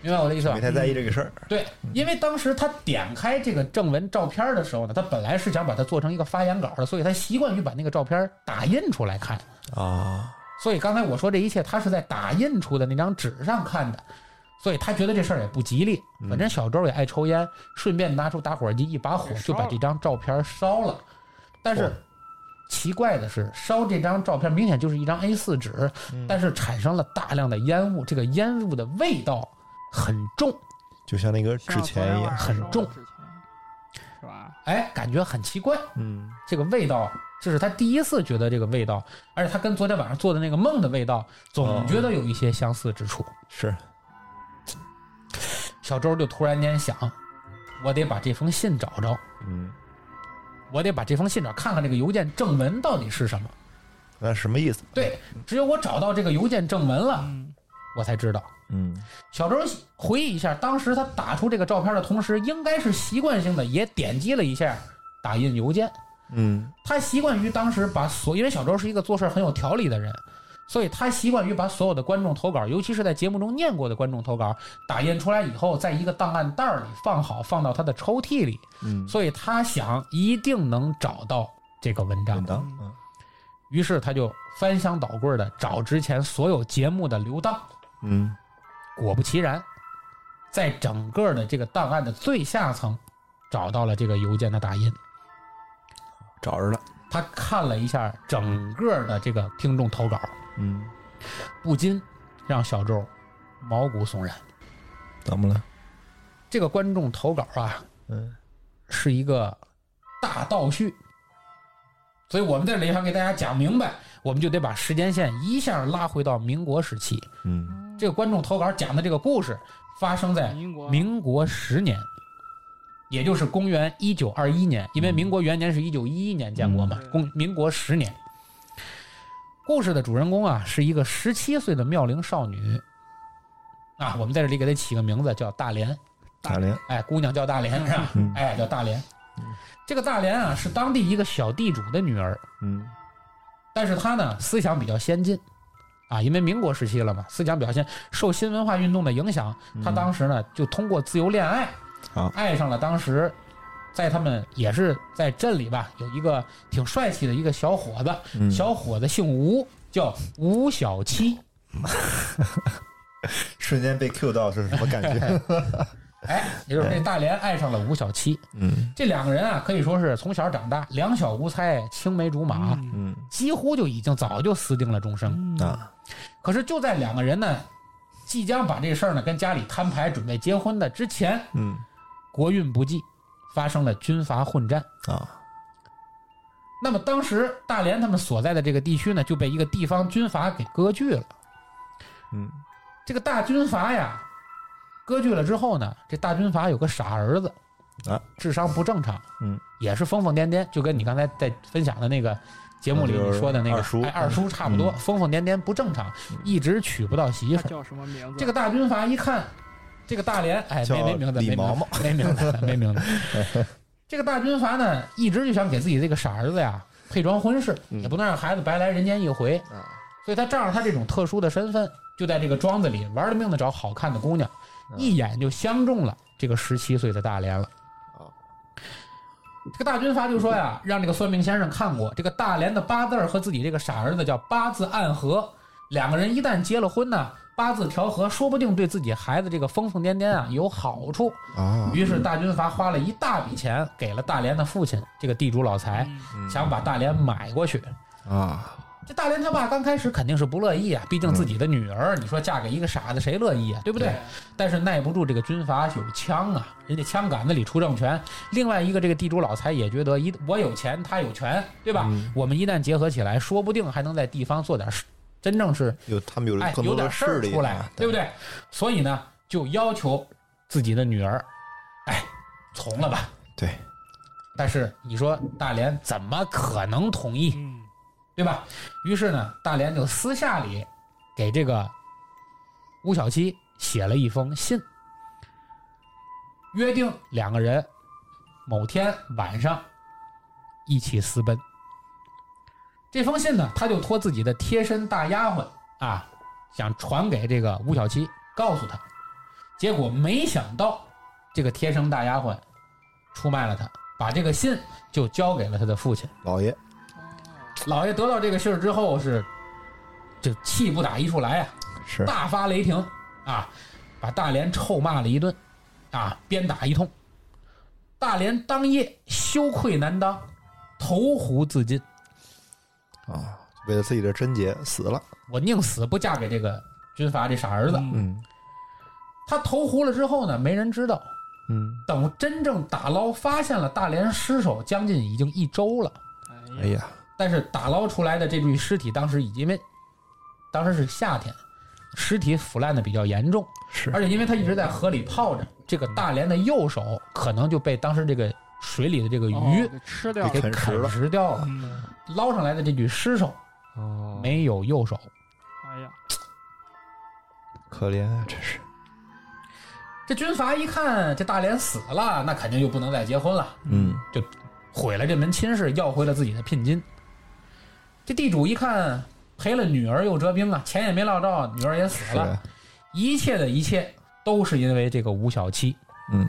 明白我的意思吧嗯
没？太在意这个事儿。
对，因为当时他点开这个正文照片的时候呢，他本来是想把它做成一个发言稿的，所以他习惯于把那个照片打印出来看。
啊，
所以刚才我说这一切，他是在打印出的那张纸上看的，所以他觉得这事儿也不吉利。
嗯
反正小周也爱抽烟，顺便拿出打火机一把火
给烧
就把
了
这张照片烧了。但是
哦
奇怪的是，烧这张照片明显就是一张 A4 纸，
嗯
但是产生了大量的烟雾，这个烟雾的味道很重，
就像那个
像
纸钱一
昨天晚
样，
上
很
烧的
重
纸钱，是吧？
哎，感觉很奇怪。
嗯
这个味道，这是他第一次觉得这个味道，而且他跟昨天晚上做的那个梦的味道，总觉得有一些相似之处。
是，
小周就突然间想，我得把这封信找着，
嗯，
我得把这封信找，看看这个邮件正文到底是什么。
那什么意思？
对，只有我找到这个邮件正文了，
嗯，
我才知道。
嗯
小周回忆一下，当时他打出这个照片的同时，应该是习惯性的也点击了一下打印邮件。
嗯
他习惯于当时把所，因为小周是一个做事很有条理的人，所以他习惯于把所有的观众投稿，尤其是在节目中念过的观众投稿，打印出来以后，在一个档案袋儿里放好，放到他的抽屉里。
嗯，
所以他想一定能找到这个文章
稳，当，
嗯
嗯
于是他就翻箱倒柜的找之前所有节目的留档。
嗯，
果不其然，在整个的这个档案的最下层，找到了这个邮件的打印。
找着了，
他看了一下整个的这个听众投稿，
嗯，
不禁让小周毛骨悚然。
怎么了？
这个观众投稿啊，
嗯
是一个大倒叙，所以我们在这里想给大家讲明白，我们就得把时间线一下拉回到民国时期。
嗯
这个观众投稿讲的这个故事发生在
民国
民国十年，也就是公元一九二一年，因为
嗯
民国元年是一九一一年建国嘛
嗯，
公民国十年。故事的主人公啊，是一个十七岁的妙龄少女，啊，我们在这里给她起个名字叫大莲，
大连，
哎，姑娘叫大莲是吧？
嗯
哎，叫大莲
嗯。
这个大莲啊，是当地一个小地主的女儿，
嗯
但是她呢思想比较先进，啊，因为民国时期了嘛，思想比较先，受新文化运动的影响，她
嗯
当时呢就通过自由恋爱
好，
爱上了当时在他们也是在镇里吧，有一个挺帅气的一个小伙子，
嗯
小伙子姓吴，叫吴小七，
瞬间被 Q 到是什么感觉？
哎，也就是这大连爱上了吴小七，
嗯
这两个人啊可以说是从小长大，两小无猜，青梅竹马。
嗯
嗯
几乎就已经早就私定了终生，
嗯
啊
可是就在两个人呢，即将把这事儿呢跟家里摊牌，准备结婚的之前，
嗯
国运不济，发生了军阀混战。
啊
那么当时大连他们所在的这个地区呢，就被一个地方军阀给割据了。
嗯
这个大军阀呀，割据了之后呢，这大军阀有个傻儿子，
啊，
智商不正常，
嗯，
也是疯疯癫癫，就跟你刚才在分享的那个节目里你说的那个
二叔
哎二叔差不多，
嗯
疯疯癫癫不正常，一直娶不到媳
他
妇儿。
叫什么名字？嗯
这个大军阀一看，这个大连，哎，
叫
没没名字，
李
没
毛
名字，没名字，没名字。 这个大军阀呢，一直就想给自己这个傻儿子呀配桩婚事，
嗯
也不能让孩子白来人间一回，
啊
所以他仗着他这种特殊的身份，就在这个庄子里玩了命的找好看的姑娘，
嗯
一眼就相中了这个十七岁的大连了
哦。
这个大军阀就说 呀，让这个算命先生看过这个大连的八字儿和自己这个傻儿子叫八字暗合，两个人一旦结了婚呢，八字调和，说不定对自己孩子这个疯疯癫癫啊有好处。
啊，
于是大军阀花了一大笔钱给了大连的父亲这个地主老财，
嗯
想把大连买过去。
啊，
这大连他爸刚开始肯定是不乐意啊，毕竟自己的女儿，你说嫁给一个傻子谁乐意啊，对不对？但是耐不住这个军阀有枪啊，人家枪杆子里出政权。另外一个这个地主老财也觉得一我有钱，他有权，对吧？
嗯
我们一旦结合起来，说不定还能在地方做点事，真正是
有他们有
哎
更
有
多的
点事儿
势力
出来
啊，
对不？对？所以呢，就要求自己的女儿，哎，从了吧。
对。
但是你说大连怎么可能同意？
嗯
对吧？于是呢，大连就私下里给这个吴小七写了一封信，约定两个人某天晚上一起私奔。这封信呢，他就托自己的贴身大丫鬟啊，想传给这个吴小七，告诉他。结果没想到，这个贴身大丫鬟出卖了他，把这个信就交给了他的父亲。
老爷，
老爷得到这个信儿之后是，就气不打一处来啊，
是
大发雷霆啊，把大连臭骂了一顿，啊，鞭打一通。大连当夜羞愧难当，投湖自尽。
啊，为了自己的贞洁死了。
我宁死不嫁给这个军阀这傻儿子。
嗯
嗯
他投湖了之后呢，没人知道。
嗯，
等真正打捞发现了大连尸首，将近已经一周了。
哎呀，
但是打捞出来的这具尸体，当时已经因为当时是夏天，尸体腐烂的比较严重，
是
而且因为他一直在河里泡着，这个大连的右手可能就被当时这个水里的这个鱼
哦给吃掉
给
了，
啃食
啃
了
食掉了。
嗯，
捞上来的这具尸首
哦
没有右手，
哎呀，
可怜啊，真是
这军阀一看这大连死了，那肯定就不能再结婚了，
嗯
毁了这门亲事，要回了自己的聘金。这地主一看赔了女儿又折兵啊，钱也没捞着，女儿也死
是啊
了，一切的一切都是因为这个吴小七。
嗯，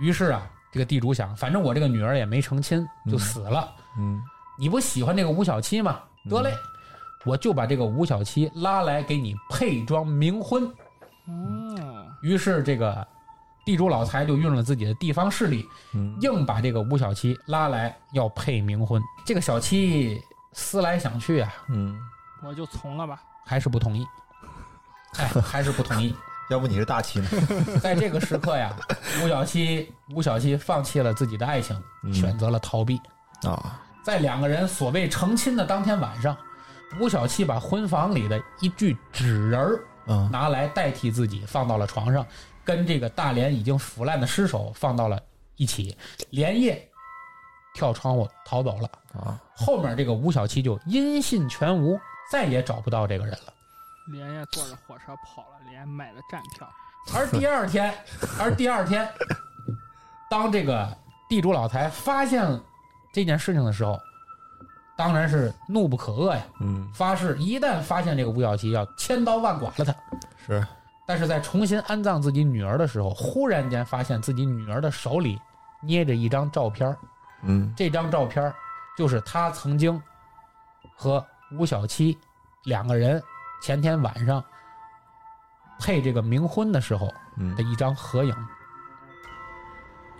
于是啊，这个地主想，反正我这个女儿也没成亲，就死了。
嗯
你不喜欢这个吴小七吗？得嘞，我就把这个吴小七拉来给你配装冥婚。
哦，
于是这个地主老财就运用了自己的地方势力，
嗯
硬把这个吴小七拉来要配冥婚。这个小七思来想去啊，
嗯，
我就从了吧，
还是不同意。哎，还是不同意。
要不你是大旗呢？
在这个时刻呀，吴小七吴小七放弃了自己的爱情，选择了逃避。
嗯啊，
在两个人所谓成亲的当天晚上，吴小七把婚房里的一具纸人儿
嗯
拿来代替自己，放到了床上，跟这个大连已经腐烂的尸首放到了一起，连夜跳窗户逃走了。
啊，
后面这个吴小七就音信全无，再也找不到这个人了。
连夜坐着火车跑了，连买了站票，
而第二天，而第二天，当这个地主老财发现这件事情的时候，当然是怒不可遏呀。
嗯
发誓一旦发现这个吴小七，要千刀万剐了他。
是
但是在重新安葬自己女儿的时候，忽然间发现自己女儿的手里捏着一张照片儿，
嗯
这张照片儿就是他曾经和吴小七两个人前天晚上配这个冥婚的时候的
嗯
一张合影。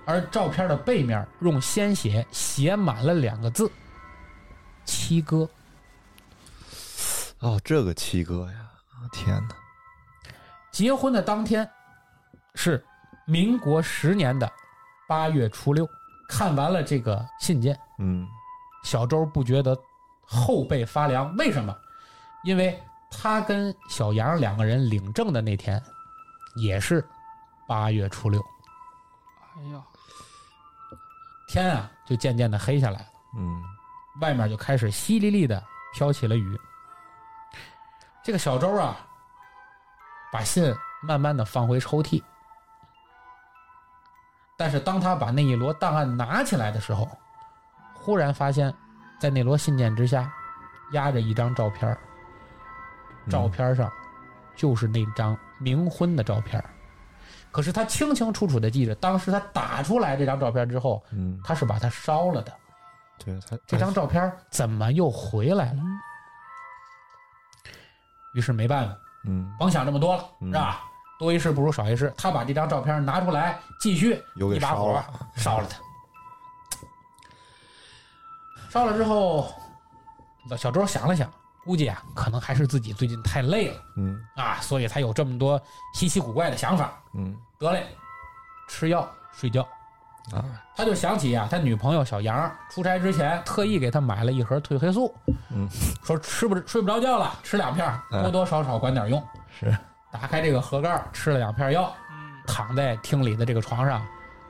而照片的背面用鲜血写满了两个字：“七哥”。
哦，这个七哥呀，天哪，
结婚的当天是民国十年的八月初六。看完了这个信件，
嗯
小周不觉得后背发凉，为什么？因为他跟小杨两个人领证的那天也是八月初六，
哎呀，
天啊就渐渐的黑下来了，
嗯
外面就开始淅沥沥的飘起了雨。这个小周啊，把信慢慢的放回抽屉，但是当他把那一摞档案拿起来的时候，忽然发现，在那摞信件之下压着一张照片儿，
嗯
照片上就是那张冥婚的照片儿。可是他清清楚楚的记着，当时他打出来这张照片之后，
嗯，
他是把它烧了的。
对他
这张照片怎么又回来了？于是没办法，
嗯，
甭想这么多了，
嗯
是吧？多一事不如少一事。他把这张照片拿出来，继续
油给
一把
烧
火
了，
烧了它。烧了之后，小周想了想，估计啊，可能还是自己最近太累了
嗯
啊，所以才有这么多稀奇古怪的想法。
嗯
得嘞，吃药睡觉。
啊，
他就想起啊，他女朋友小杨出差之前特意给他买了一盒褪黑素，
嗯，
说吃不睡不着觉了，吃两片儿，
嗯
多多少少管点用。
是，
打开这个盒盖儿，吃了两片药，
嗯，
躺在厅里的这个床上，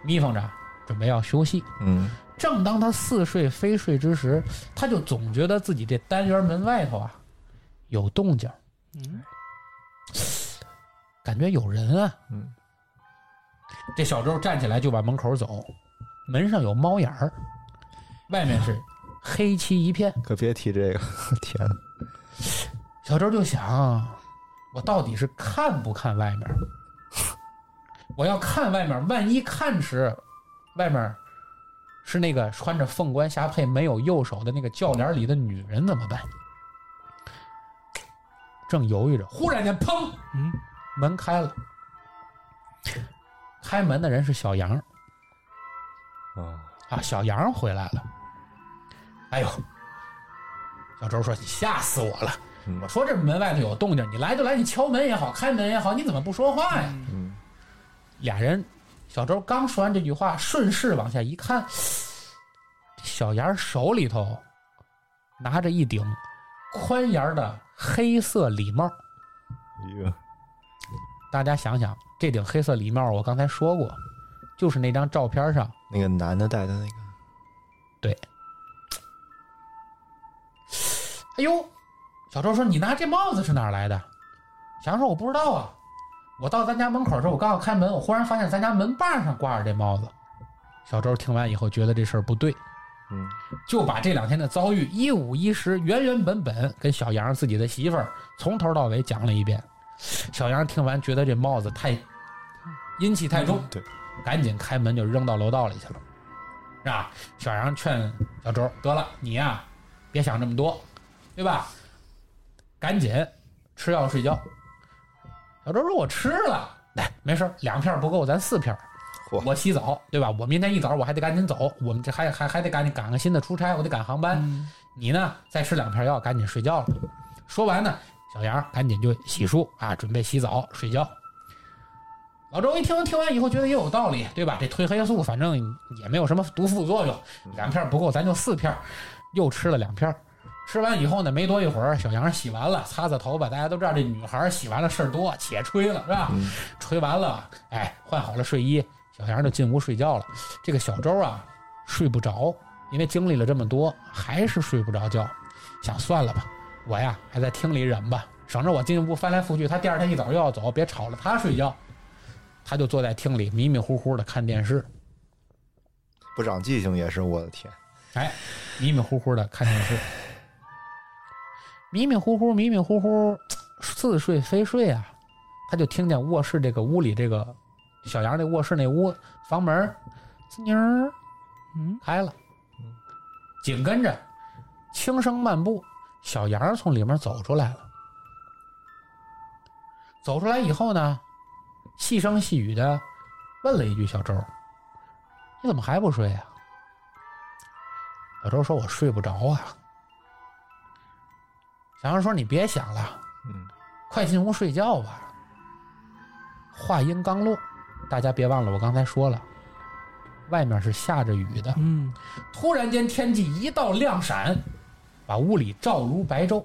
眯缝着，准备要休息。
嗯
正当他似睡非睡之时，他就总觉得自己这单元门外头啊有动静儿，
嗯，
感觉有人啊。
嗯
这小周站起来就往门口走，门上有猫眼儿，外面是黑漆一片。
可别提这个， 天，
小周就想，我到底是看不看外面？我要看外面，万一看时，外面是那个穿着凤冠霞帔、没有右手的那个轿帘里的女人怎么办？正犹豫着，忽然间，砰！
嗯，
门开了。开门的人是小杨
啊，
啊，小杨回来了。哎呦，小周说：“你吓死我了！
嗯
我说这门外头有动静，你来就来，你敲门也好，开门也好，你怎么不说话呀？”
嗯
嗯
俩人，小周刚说完这句话，顺势往下一看，小杨手里头拿着一顶宽檐儿的黑色礼帽。
一个，
大家想想，这顶黑色礼帽，我刚才说过，就是那张照片上
那个男的戴的那个，
哎呦，小周说：“你拿这帽子是哪儿来的？”翔说：“我不知道啊，我到咱家门口的时候，我刚要开门，我忽然发现咱家门把上挂着这帽子。”小周听完以后，觉得这事儿不对，
嗯
就把这两天的遭遇一五一十、原原本本跟小杨自己的媳妇儿从头到尾讲了一遍。小杨听完，觉得这帽子太阴气太重，
对，
赶紧开门就扔到楼道里去了，是吧？小杨劝小周：“得了，你呀、别想这么多，对吧？赶紧吃药睡觉。”小周说：“我吃了，来，没事儿，两片儿不够，咱四片儿。
嚯
我洗澡，对吧？我明天一早我还得赶紧走，我们这还还还得赶紧赶个新的出差，我得赶航班。
嗯
你呢，再吃两片药，赶紧睡觉了。”说完呢，小杨赶紧就洗漱啊，准备洗澡睡觉。老周一听，听完以后觉得也有道理，对吧？这褪黑素反正也没有什么毒副作用，两片不够，咱就四片，又吃了两片。吃完以后呢，没多一会儿，小杨洗完了，擦擦头发。大家都知道，这女孩洗完了事儿多，且吹了是吧？
嗯
吹完了，哎，换好了睡衣，小杨就进屋睡觉了。这个小周啊，睡不着，因为经历了这么多，还是睡不着觉。想算了吧，我呀还在厅里忍吧，省着我进屋翻来覆去。他第二天一早又要走，别吵了他睡觉。他就坐在厅里迷迷糊糊的看电视，
不长记性也是，我的天，
哎迷迷糊糊的看电视，迷迷糊糊，迷迷糊糊，似睡非睡啊。他就听见卧室这个屋里这个小杨这卧室那屋房门儿滋妮儿
嗯
开了
嗯，
紧跟着轻声漫步，小杨儿从里面走出来了。走出来以后呢，细声细语的问了一句：“小周，你怎么还不睡啊呀、小周说：“我睡不着啊。”小杨说：“你别想了，
嗯
快进屋睡觉吧。”话音刚落，大家别忘了，我刚才说了，外面是下着雨的。
嗯，
突然间，天际一道亮闪，把屋里照如白昼。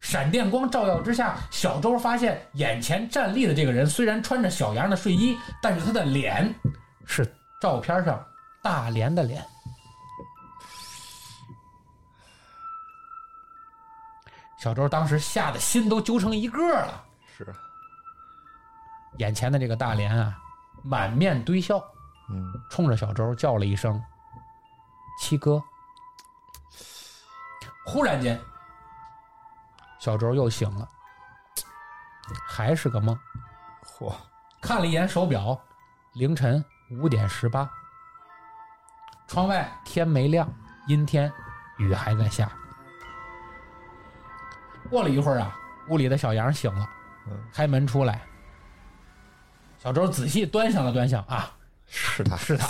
闪电光照耀之下，小周发现眼前站立的这个人虽然穿着小杨的睡衣，但是他的脸是照片上大连的脸。小周当时吓得心都揪成一个了，
是，
啊眼前的这个大连啊，满面堆笑，
嗯
冲着小周叫了一声：“七哥！”忽然间，小周又醒了，还是个梦。
嚯，
看了一眼手表，凌晨五点十八。窗外天没亮，阴天，雨还在下。过了一会儿啊，屋里的小杨醒了
嗯，
开门出来，小周仔细端详了端详啊，
是他，
是他。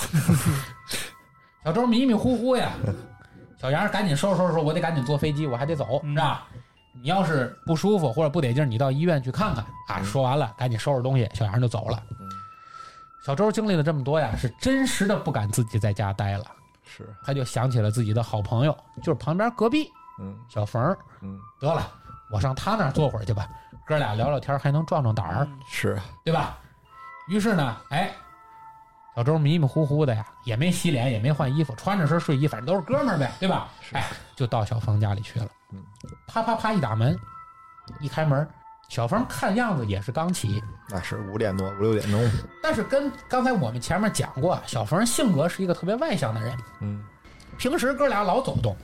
小周迷迷糊糊呀，小杨赶紧收拾收拾，说我得赶紧坐飞机，我还得走，
嗯
是吧？你要是不舒服或者不得劲儿，你到医院去看看啊。
嗯
说完了，赶紧收拾东西，小杨就走了。小周经历了这么多呀，是真实的不敢自己在家待了，
是，
他就想起了自己的好朋友，就是旁边隔壁
嗯
小冯儿。
嗯，
得了，我上他那儿坐会儿去吧，哥俩聊聊天儿还能壮壮胆儿。
嗯
是，啊
对吧？于是呢，哎，小周迷迷糊糊的呀，也没洗脸，也没换衣服，穿着身睡衣，反正都是哥们儿呗，对吧？
是
哎，就到小峰家里去了
嗯。
啪啪啪一打门，一开门，小峰看样子也是刚起，
那是五点多五 六点钟，
但是跟刚才我们前面讲过，啊小峰性格是一个特别外向的人，
嗯
平时哥俩老走动，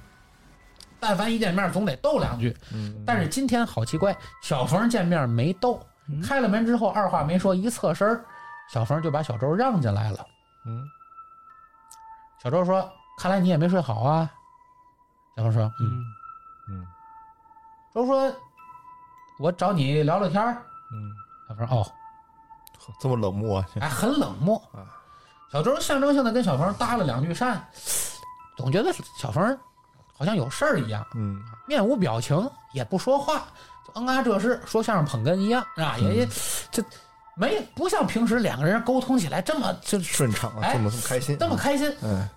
但凡一见面总得逗两句。
嗯，
但是今天好奇怪，小峰见面没逗，
嗯
开了门之后二话没说，一侧身儿，小峰就把小周让进来了。
嗯
小周说：“看来你也没睡好啊。”小峰说：“嗯。
嗯
嗯”
周说：“我找你聊聊天儿。
嗯，”
小峰说：“哦，
呵这么冷漠啊，
哎，很冷漠。
啊”
小周象征性的跟小峰搭了两句讪，总觉得小峰好像有事儿一样，
嗯
面无表情，也不说话，就嗯啊这是说相声捧哏一样，是吧？也
嗯
也这没不像平时两个人沟通起来这么就
顺畅啊，
哎
这么这么开心，
这么开心，
嗯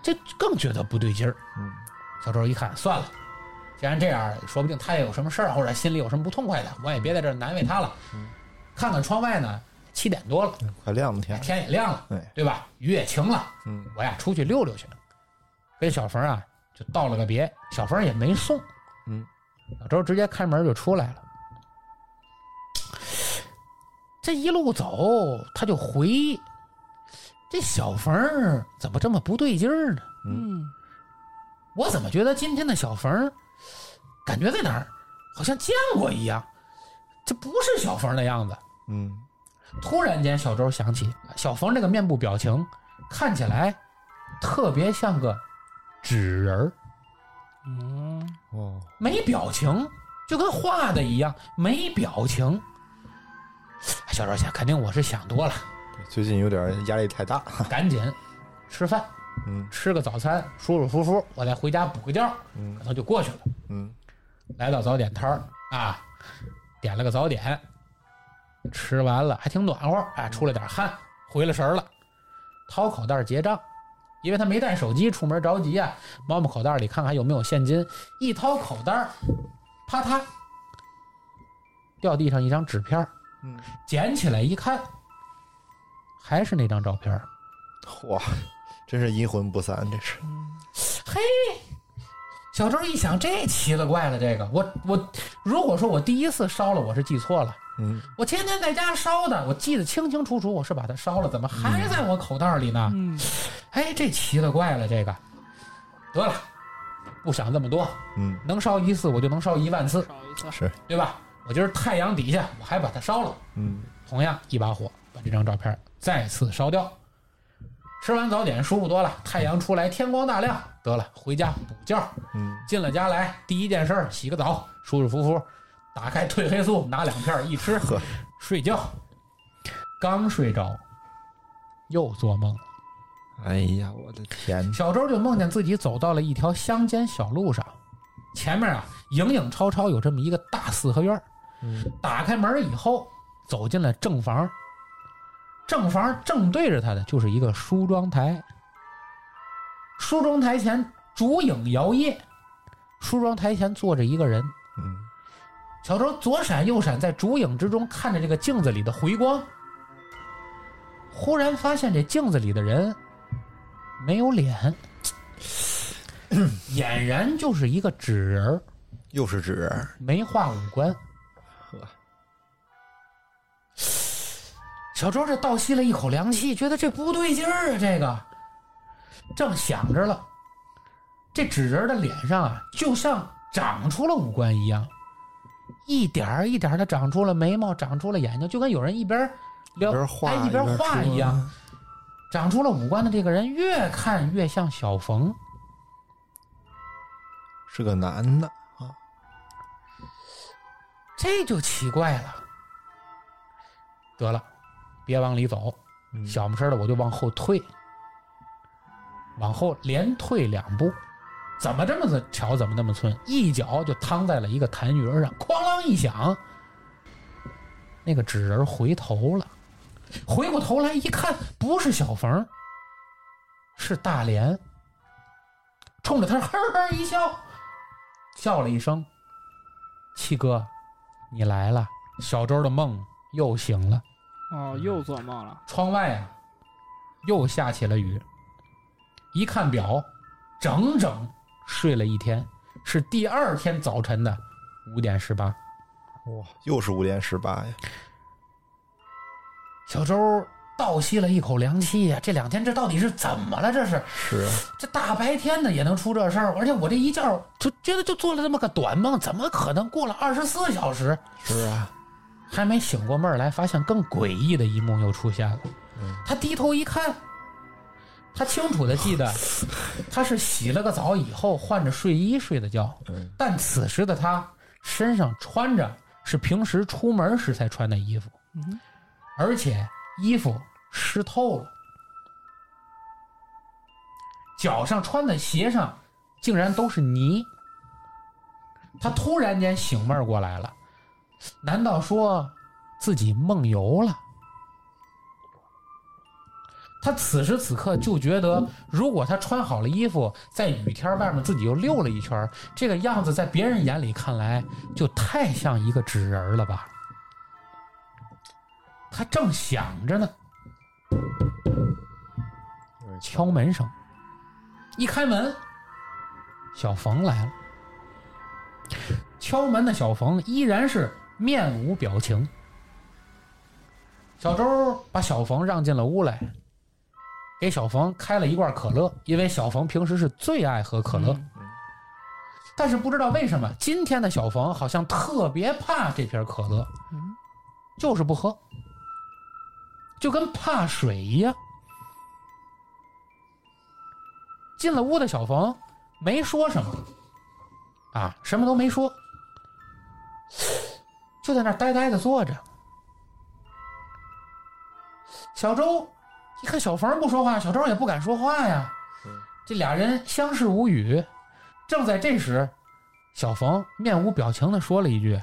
这更觉得不对劲儿。
嗯
小周一看，算了，既然这样，说不定他也有什么事儿，或者心里有什么不痛快的，我也别在这儿难为他了。
嗯
看看窗外呢，七点多了，
嗯，快亮了天，
天也亮了，
哎，
对吧？雨也晴了，
嗯
我呀出去溜溜去，跟小冯啊就道了个别，小冯也没送，
嗯，
小周直接开门就出来了。这一路走，他就回，这小冯儿怎么这么不对劲儿呢？
嗯
我怎么觉得今天的小冯儿，感觉在哪儿好像见过一样？这不是小冯儿的样子。
嗯
突然间，小周想起小冯这个面部表情，看起来特别像个纸人儿，
嗯
哦，
没表情，就跟画的一样，没表情。小周想，肯定我是想多了，
对最近有点压力太大，
赶紧吃饭，
嗯
吃个早餐，舒舒服服，我再回家补个觉儿，可
嗯
能就过去了。
嗯
来到早点摊儿啊，点了个早点，吃完了还挺暖和，哎，出了点汗，回了神儿了，掏口袋结账，因为他没带手机，出门着急啊，摸摸口袋里看看有没有现金，一掏口袋儿，啪嗒，掉地上一张纸片儿，
嗯，
捡起来一看，还是那张照片儿，
哇，真是阴魂不散，这是，
小周一想，这奇了怪了，这个我我如果说我第一次烧了，我是记错了。
嗯
我天天在家烧的，我记得清清楚楚，我是把它烧了，怎么还在我口袋里呢？
嗯
哎，这奇了怪了，这个得了，不想这么多，
嗯
能烧一次我就能烧一万次，
少一次
是，
对吧？我今儿太阳底下我还把它烧了，
嗯
同样一把火把这张照片再次烧掉。吃完早点舒服多了，太阳出来天光大亮，得了，回家补觉。
嗯
进了家来，第一件事儿洗个澡，舒舒服服，打开褪黑素，拿两片儿一吃
呵，
睡觉。刚睡着，又做梦了。
哎呀，我的天，
小周就梦见自己走到了一条乡间小路上，前面啊影影绰绰有这么一个大四合院儿。
嗯
打开门以后，走进了正房，正房正对着他的就是一个梳妆台，梳妆台前烛影摇曳，梳妆台前坐着一个人。
嗯
小周左闪右闪，在烛影之中看着这个镜子里的回光，忽然发现这镜子里的人没有脸，俨然就是一个纸人儿，
又是纸人儿，
没画五官。
呵，
小周这倒吸了一口凉气，觉得这不对劲儿啊！这个正想着了，这纸人的脸上啊，就像长出了五官一样，一点儿一点儿的长出了眉毛，长出了眼睛，就跟有人一边儿
一
聊
边画
哎一边画
说
一样，长出了五官的这个人，越看越像小冯。
是个男的，
这就奇怪了。得了，别往里走，
嗯
小么声的我就往后退，往后连退两步，怎么这么巧，怎么那么寸，一脚就趟在了一个痰盂上，哐啷一响，那个纸人回头了，回过头来一看，不是小冯，是大连，冲着他呵呵一笑，叫了一声：“七哥，你来了。”小周的梦又醒了。
哦，又做梦了。
窗外啊，又下起了雨。一看表，整整睡了一天，是第二天早晨的五点十八。
哇，又是五连十八呀！
小周倒吸了一口凉气呀、这两天这到底是怎么了？这是
是啊，
这大白天的也能出这事儿，而且我这一觉就觉得就做了这么个短梦，怎么可能过了二十四小时
是啊，
还没醒过闷儿来，发现更诡异的一幕又出现了。
嗯
他低头一看，他清楚的 记得他是洗了个澡以后换着睡衣睡的觉，
嗯
但此时的他身上穿着是平时出门时才穿的衣服，
嗯，
而且衣服湿透了，脚上穿的鞋上竟然都是泥。他突然间醒闷儿过来了，难道说自己梦游了？他此时此刻就觉得，如果他穿好了衣服，在雨天儿外面自己又溜了一圈儿，这个样子在别人眼里看来就太像一个纸人儿了吧？他正想着呢，敲门声，一开门，小冯来了。敲门的小冯依然是面无表情。小周把小冯让进了屋来，给小冯开了一罐可乐，因为小冯平时是最爱喝可乐。
嗯
但是不知道为什么，今天的小冯好像特别怕这瓶可乐，
嗯
就是不喝，就跟怕水一样。进了屋的小冯没说什么，啊，什么都没说，就在那儿呆呆的坐着。小周一看小冯不说话，小周也不敢说话呀
嗯，
这俩人相视无语。正在这时，小冯面无表情的说了一句：“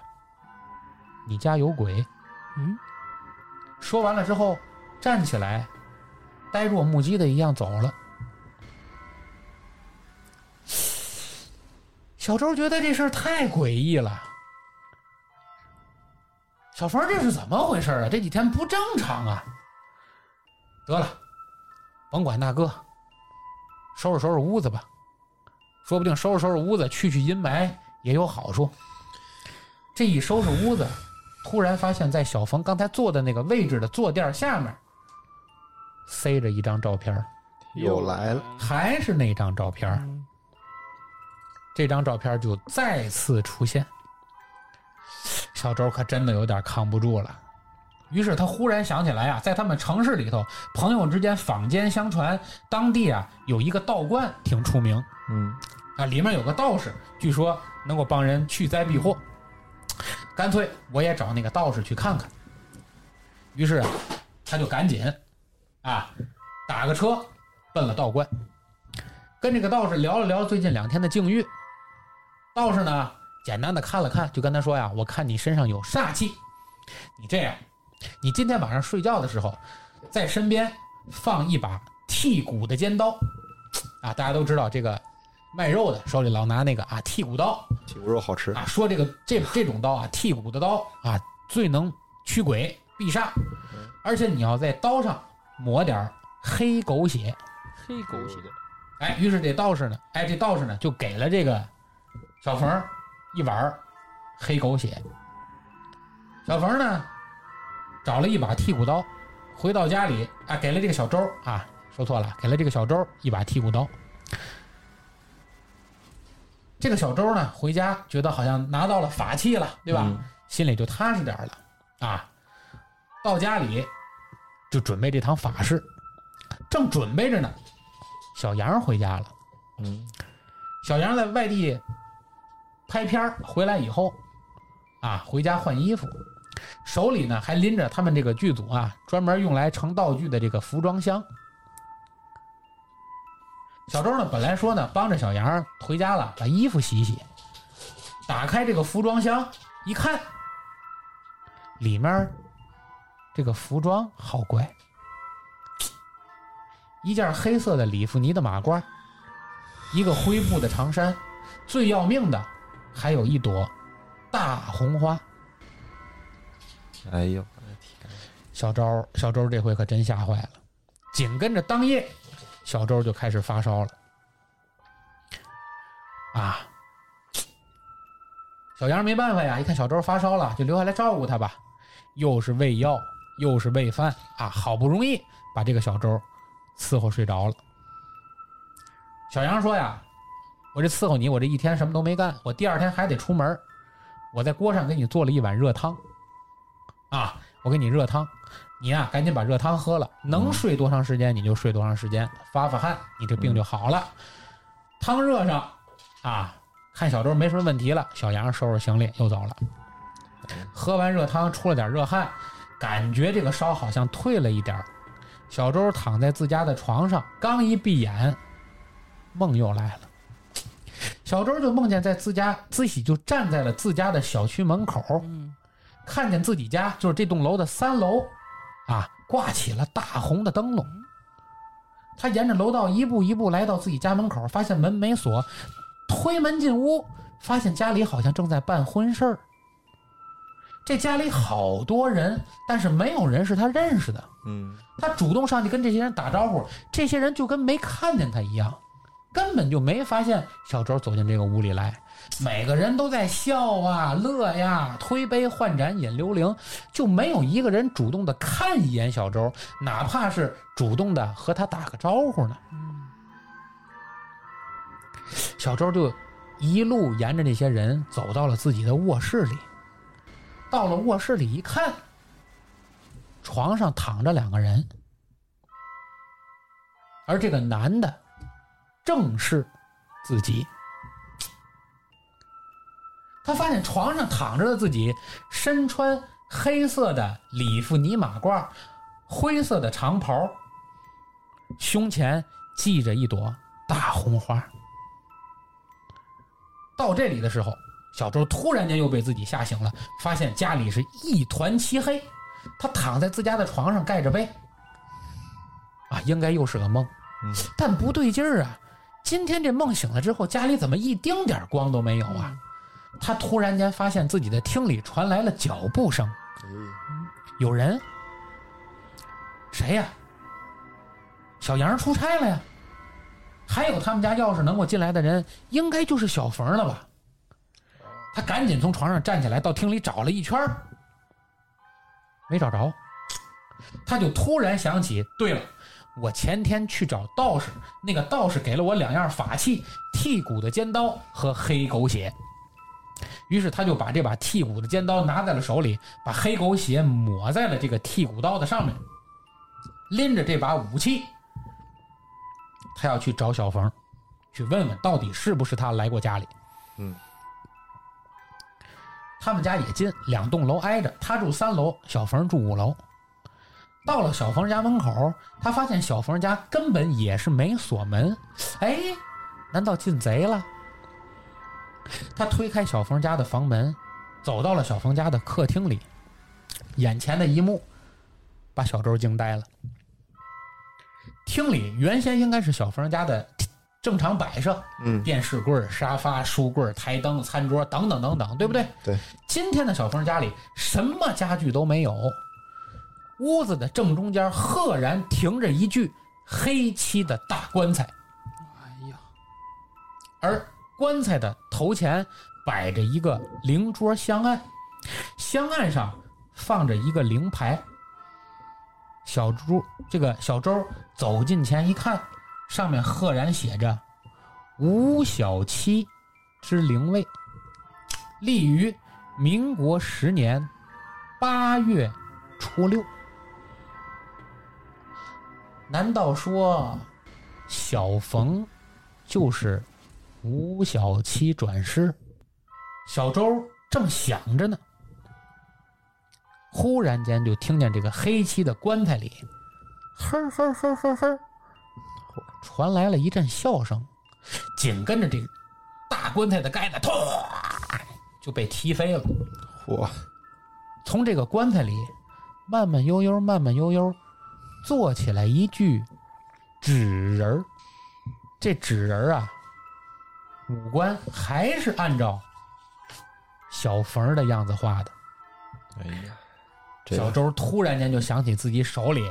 你家有鬼。”
嗯，
说完了之后，站起来，呆若木鸡的一样走了。小周觉得这事儿太诡异了。小冯，这是怎么回事啊？这几天不正常啊！得了，甭管那个，收拾收拾屋子吧，说不定收拾收拾屋子，去去阴霾也有好处。这一收拾屋子，突然发现，在小冯刚才坐的那个位置的坐垫下面，塞着一张照片儿，
又来了，
还是那张照片儿。
嗯
这张照片就再次出现。小周可真的有点扛不住了，于是他忽然想起来啊，在他们城市里头，朋友之间坊间相传，当地啊有一个道观挺出名，
嗯，
啊，里面有个道士，据说能够帮人去灾避祸。干脆我也找那个道士去看看。于是啊，他就赶紧啊，打个车奔了道观，跟这个道士聊了聊最近两天的境遇。道士呢，简单的看了看，就跟他说呀：“我看你身上有煞气，你这样，你今天晚上睡觉的时候，在身边放一把剔骨的尖刀，啊，大家都知道这个卖肉的手里老拿那个啊剔骨刀
剔骨肉好吃，
啊，说这个这这种刀啊，剔骨的刀啊，最能驱鬼避煞，而且你要在刀上抹点儿黑狗血。
黑狗血，
哎，于是这道士呢，哎，这道士呢就给了这个小冯儿一碗儿黑狗血。小冯儿呢找了一把剔骨刀，回到家里啊，给了这个小周儿啊，说错了，给了这个小周儿一把剔骨刀。这个小周儿呢回家觉得好像拿到了法器了，对吧？
嗯
心里就踏实点儿了啊。到家里就准备这堂法事，正准备着呢，小杨回家了。
嗯
小杨在外地拍片儿回来以后，啊，回家换衣服，手里呢还拎着他们这个剧组啊专门用来盛道具的这个服装箱。小周呢本来说呢帮着小杨儿回家了，把衣服洗洗，打开这个服装箱一看，里面儿这个服装好怪，一件黑色的里弗尼的马褂儿，一个灰布的长衫，最要命的还有一朵大红花。
哎呦，
小周，小周这回可真吓坏了。紧跟着当夜，小周就开始发烧了。啊，小杨没办法呀，一看小周发烧了，就留下来照顾他吧。又是喂药，又是喂饭啊，好不容易把这个小周伺候睡着了。小杨说呀：“我这伺候你，我这一天什么都没干，我第二天还得出门儿。我在锅上给你做了一碗热汤，啊，我给你热汤，你呀、赶紧把热汤喝了，能睡多长时间你就睡多长时间，发发汗，你这病就好了。汤热上，啊，看小周没什么问题了，小杨收拾行李又走了。喝完热汤出了点热汗，感觉这个烧好像退了一点儿。小周躺在自家的床上，刚一闭眼，梦又来了。小周就梦见在自家自己就站在了自家的小区门口，
嗯，
看见自己家就是这栋楼的三楼，啊，挂起了大红的灯笼。他沿着楼道一步一步来到自己家门口，发现门没锁，推门进屋，发现家里好像正在办婚事儿。这家里好多人，但是没有人是他认识的。
嗯，
他主动上去跟这些人打招呼，这些人就跟没看见他一样，根本就没发现小周走进这个屋里来。每个人都在笑啊、乐呀、推杯换盏、饮流铃，就没有一个人主动的看一眼小周，哪怕是主动的和他打个招呼呢。
嗯
小周就一路沿着这些人走到了自己的卧室里。到了卧室里一看，床上躺着两个人，而这个男的正是自己。他发现床上躺着的自己，身穿黑色的里弗尼马褂，灰色的长袍，胸前系着一朵大红花。到这里的时候，小周突然间又被自己吓醒了，发现家里是一团漆黑。他躺在自家的床上盖着被，啊，应该又是个梦
嗯，
但不对劲儿啊！今天这梦醒了之后，家里怎么一丁点儿光都没有啊？他突然间发现自己的厅里传来了脚步声，有人？谁呀？小杨出差了呀。还有他们家钥匙能够进来的人，应该就是小冯了吧？他赶紧从床上站起来，到厅里找了一圈儿没找着。他就突然想起，对了，我前天去找道士，那个道士给了我两样法器：剔骨的尖刀和黑狗血。于是他就把这把剔骨的尖刀拿在了手里，把黑狗血抹在了这个剔骨刀的上面，拎着这把武器，他要去找小冯，去问问到底是不是他来过家里。
嗯，
他们家也近，两栋楼挨着，他住三楼，小冯住五楼。到了小冯家门口，他发现小冯家根本也是没锁门，哎，难道进贼了？他推开小冯家的房门，走到了小冯家的客厅里，眼前的一幕把小周惊呆了。厅里原先应该是小冯家的正常摆设，
嗯，
电视柜儿、沙发、书柜儿、台灯、餐桌等等等等，对不对？
对。
今天的小峰家里什么家具都没有，屋子的正中间赫然停着一具黑漆的大棺材，
哎呀，
而棺材的头前摆着一个灵桌香案，香案上放着一个灵牌。小猪这个小周走近前一看，上面赫然写着“吴小七之灵位”，立于民国十年八月初六。难道说小冯就是吴小七转世。小周正想着呢，忽然间就听见这个黑漆的棺材里，嘿儿嘿儿嘿儿嘿儿嘿儿，传来了一阵笑声，紧跟着这个大棺材的盖子，突就被踢飞了。
嚯，
从这个棺材里慢慢悠悠、慢慢悠悠坐起来一具纸人儿。这纸人儿啊，五官还是按照小冯儿的样子画的。
哎呀，这
小周突然间就想起自己手里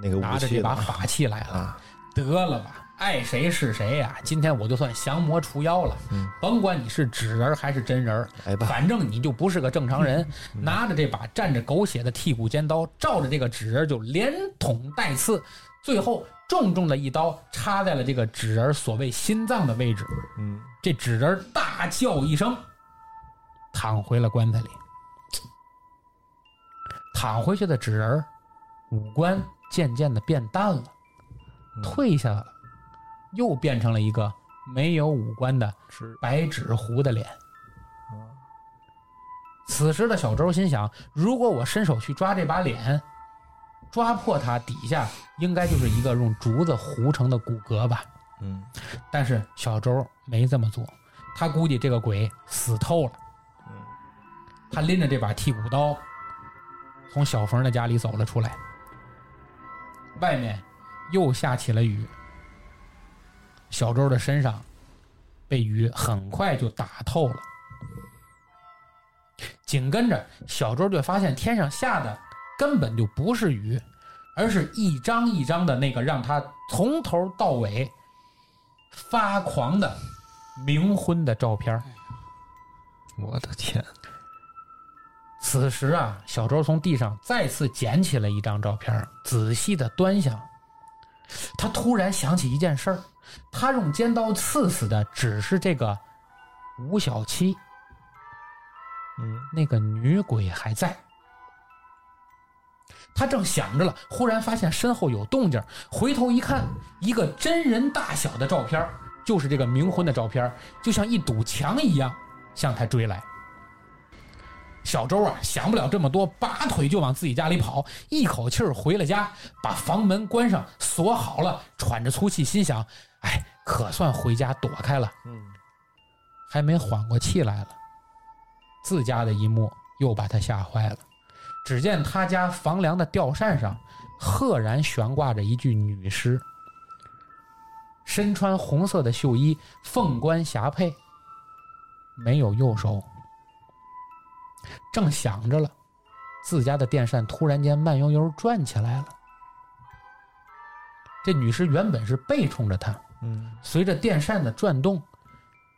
那个
拿
武
着
器
这
的
把法器来了，
啊，
得了吧，爱谁是谁呀、今天我就算降魔除妖了，
嗯
甭管你是纸人儿还是真人儿，
来吧，
反正你就不是个正常人，拿着这把蘸着狗血的剔骨尖刀，照着这个纸人就连捅带刺，最后重重的一刀插在了这个纸人所谓心脏的位置。
嗯，
这纸人大叫一声，躺回了棺材里。躺回去的纸人，五官渐渐的变淡了，
嗯
退下了，又变成了一个没有五官的
是嗯
白纸糊的脸。此时的小周心想：如果我伸手去抓这把脸，抓破它底下应该就是一个用竹子糊成的骨骼吧。
嗯
但是小周没这么做，他估计这个鬼死透了。
嗯，
他拎着这把剔骨刀，从小冯的家里走了出来。外面又下起了雨，小周的身上被雨很快就打透了。紧跟着，小周就发现天上下的根本就不是雨，而是一张一张的那个让他从头到尾发狂的冥婚的照片儿。
我的天，
此时啊，小周从地上再次捡起了一张照片，仔细的端详。他突然想起一件事儿，他用尖刀刺死的只是这个吴小七，
嗯，
那个女鬼还在。他正想着了，忽然发现身后有动静儿，回头一看，一个真人大小的照片儿，就是这个冥婚的照片儿，就像一堵墙一样向他追来。小周啊，想不了这么多，拔腿就往自己家里跑，一口气儿回了家，把房门关上，锁好了，喘着粗气，心想：哎，可算回家躲开了。
嗯，
还没缓过气来了，自家的一幕又把他吓坏了。只见他家房梁的吊扇上，赫然悬挂着一具女尸，身穿红色的绣衣，凤冠霞帔，没有右手。正想着了，自家的电扇突然间慢悠悠转起来了。这女尸原本是背冲着他，
嗯，
随着电扇的转动，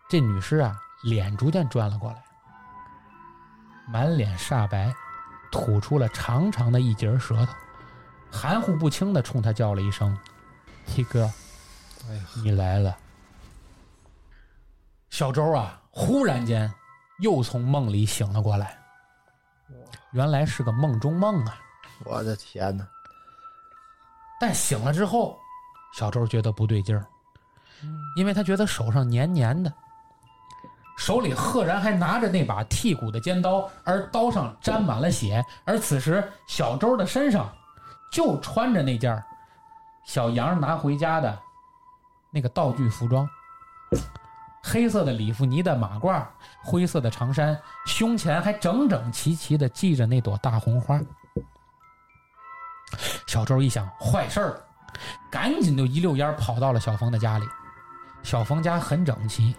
这女尸啊脸逐渐转了过来，满脸煞白，吐出了长长的一截舌头，含糊不清的冲他叫了一声：“七哥，
哎呀，
你来了。”小周啊，忽然间又从梦里醒了过来，原来是个梦中梦啊。
我的天哪，
但醒了之后，小周觉得不对劲儿，因为他觉得手上黏黏的，手里赫然还拿着那把剔骨的尖刀，而刀上沾满了血。而此时，小周的身上就穿着那件儿小杨拿回家的那个道具服装。黑色的里弗尼的马褂，灰色的长衫，胸前还整整齐齐的系着那朵大红花。小周一想，坏事儿了，赶紧就一溜烟儿跑到了小冯的家里。小冯家很整齐，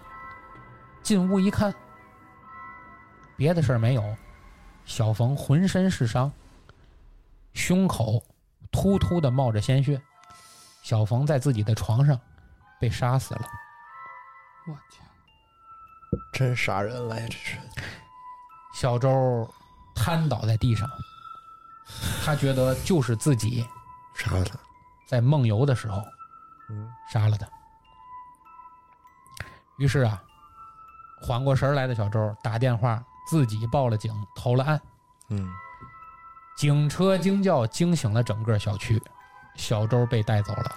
进屋一看，别的事儿没有，小冯浑身是伤，胸口突突的冒着鲜血。小冯在自己的床上被杀死了。
我天，
真杀人了呀，这是，
小周瘫倒在地上，他觉得就是自己
杀了他，
在梦游的时候
嗯，
杀了他。于是啊，缓过神儿来的小周打电话自己报了警，投了案。
嗯，
警车惊叫惊醒了整个小区，小周被带走了。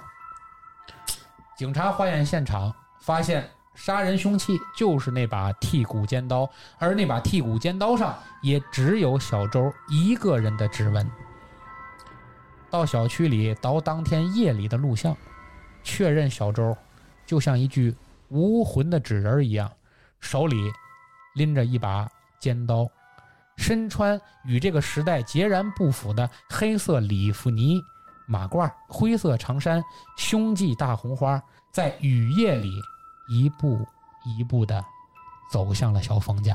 警察化验现场，发现杀人凶器就是那把剔骨尖刀，而那把剔骨尖刀上也只有小周一个人的指纹。到小区里倒当天夜里的录像，确认小周就像一具无魂的纸人儿一样，手里拎着一把尖刀，身穿与这个时代截然不符的黑色礼服呢、马褂、灰色长衫，胸系大红花，在雨夜里一步一步的走向了小冯家。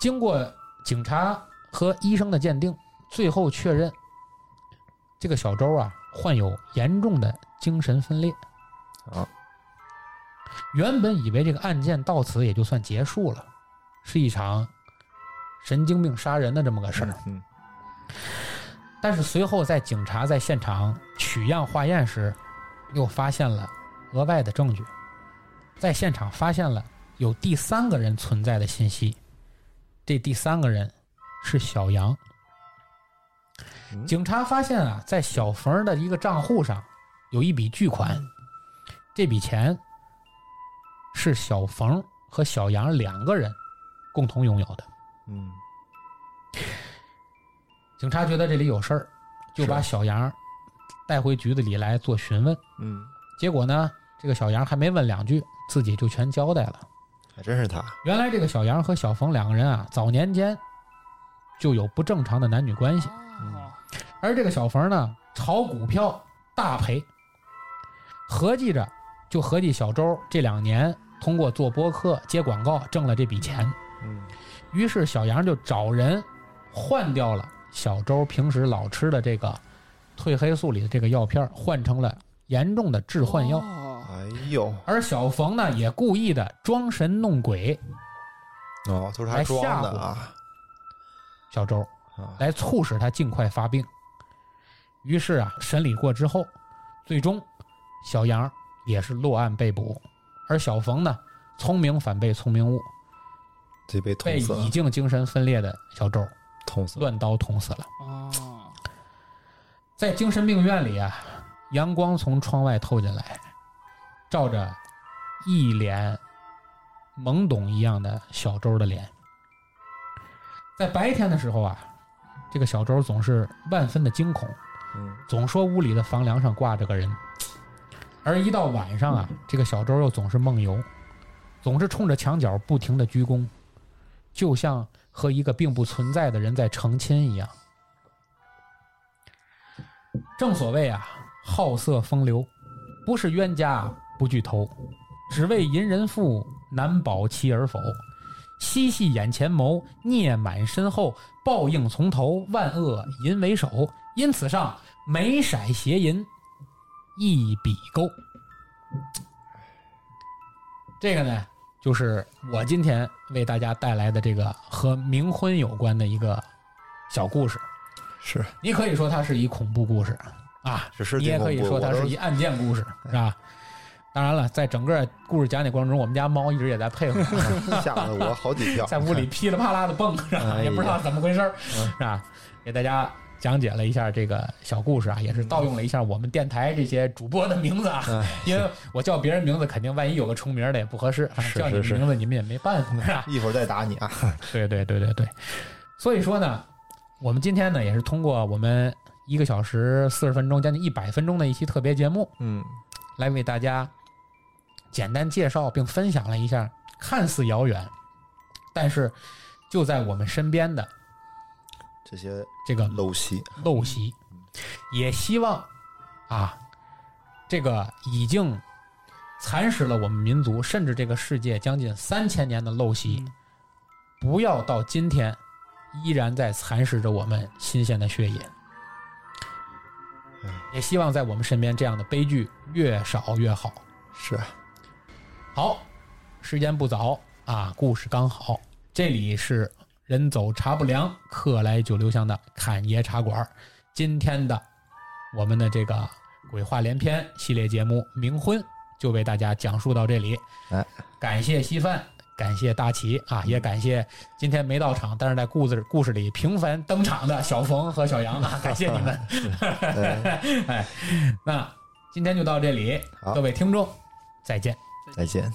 经过警察和医生的鉴定，最后确认，这个小周啊患有严重的精神分裂。
啊，
原本以为这个案件到此也就算结束了，是一场神经病杀人的这么个事儿。
嗯，
但是随后在警察在现场取样化验时，又发现了额外的证据，在现场发现了有第三个人存在的信息，这第三个人是小杨。
嗯
警察发现啊，在小冯的一个账户上有一笔巨款，这笔钱是小冯和小杨两个人共同拥有的。
嗯
警察觉得这里有事儿，就把小杨带回局子里来做询问。
嗯，
结果呢，这个小杨还没问两句，自己就全交代了。
还真是他。
原来这个小杨和小冯两个人啊，早年间就有不正常的男女关系，
哦，
而这个小冯呢，炒股票大赔，合计着就合计小周这两年通过做播客、接广告挣了这笔钱。
嗯
于是小杨就找人换掉了小周平时老吃的这个褪黑素里的这个药片儿，换成了严重的致幻药。
哦
哎呦，
而小冯呢，也故意的装神弄鬼
哦，都是他
来哎吓
装的
唬
啊
小周，
啊，
来促使他哎尽快发病。于是啊，审理过之后，最终小杨也是落案被捕，而小冯呢，聪明反被聪明误，
自己被捅
被
死
哎已
了，
经精神分裂的小周
捅死了。
乱刀捅死了。
哦，
在精神病院里啊，阳光从窗外透进来，照着一脸懵懂一样的小周的脸。在白天的时候啊，这个小周总是万分的惊恐，
嗯
总说屋里的房梁上挂着个人，而一到晚上啊，这个小周又总是梦游，总是冲着墙角不停的鞠躬，就像和一个并不存在的人在成亲一样。正所谓啊，好色风流，不是冤家不聚头，只为淫人妇，难保妻儿否。嬉戏眼前谋，孽满身后，报应从头，万恶淫为首。因此上每色邪淫一笔勾。这个呢，就是我今天为大家带来的这个和冥婚有关的一个小故事。
是
你可以说它是一恐怖故事啊，
只是
你也
挺
可以
恐怖
说
我
它
都
是一案件故事，是吧？当然了，在整个故事讲解过程中，我们家猫一直也在配合我们，
吓了我好几跳，
在屋里噼里啪啦的蹦，是吧？
哎呀
也不知道怎么回事儿，
嗯
是吧？给大家讲解了一下这个小故事啊，也是盗用了一下我们电台这些主播的名字啊，
哎
因为我叫别人名字，肯定万一有个重名的也不合适，反正
是
叫你
是是
们名字你们也没办法，是吧？
一会儿再打你啊。
对对对对对，所以说呢，我们今天呢也是通过我们一个小时四十分钟，将近一百分钟的一期特别节目，
嗯，
来为大家简单介绍并分享了一下看似遥远，但是就在我们身边的
这些
这个
陋 习，
陋习，也希望啊，这个已经蚕食了我们民族甚至这个世界将近三千年的陋习，
嗯
不要到今天依然在蚕食着我们新鲜的血液
哎。
也希望在我们身边这样的悲剧越少越好。
是啊
好，时间不早啊，故事刚好。这里是人走茶不凉，客来酒留香的侃爷茶馆。今天的我们的这个鬼话连篇系列节目《冥婚》就为大家讲述到这里。
哎，
感谢稀饭，感谢大齐啊，也感谢今天没到场，但是在故事故事里频繁登场的小冯和小杨啊，感谢你们。
哎
哎，那今天就到这里，
好
各位听众，再见。
再见。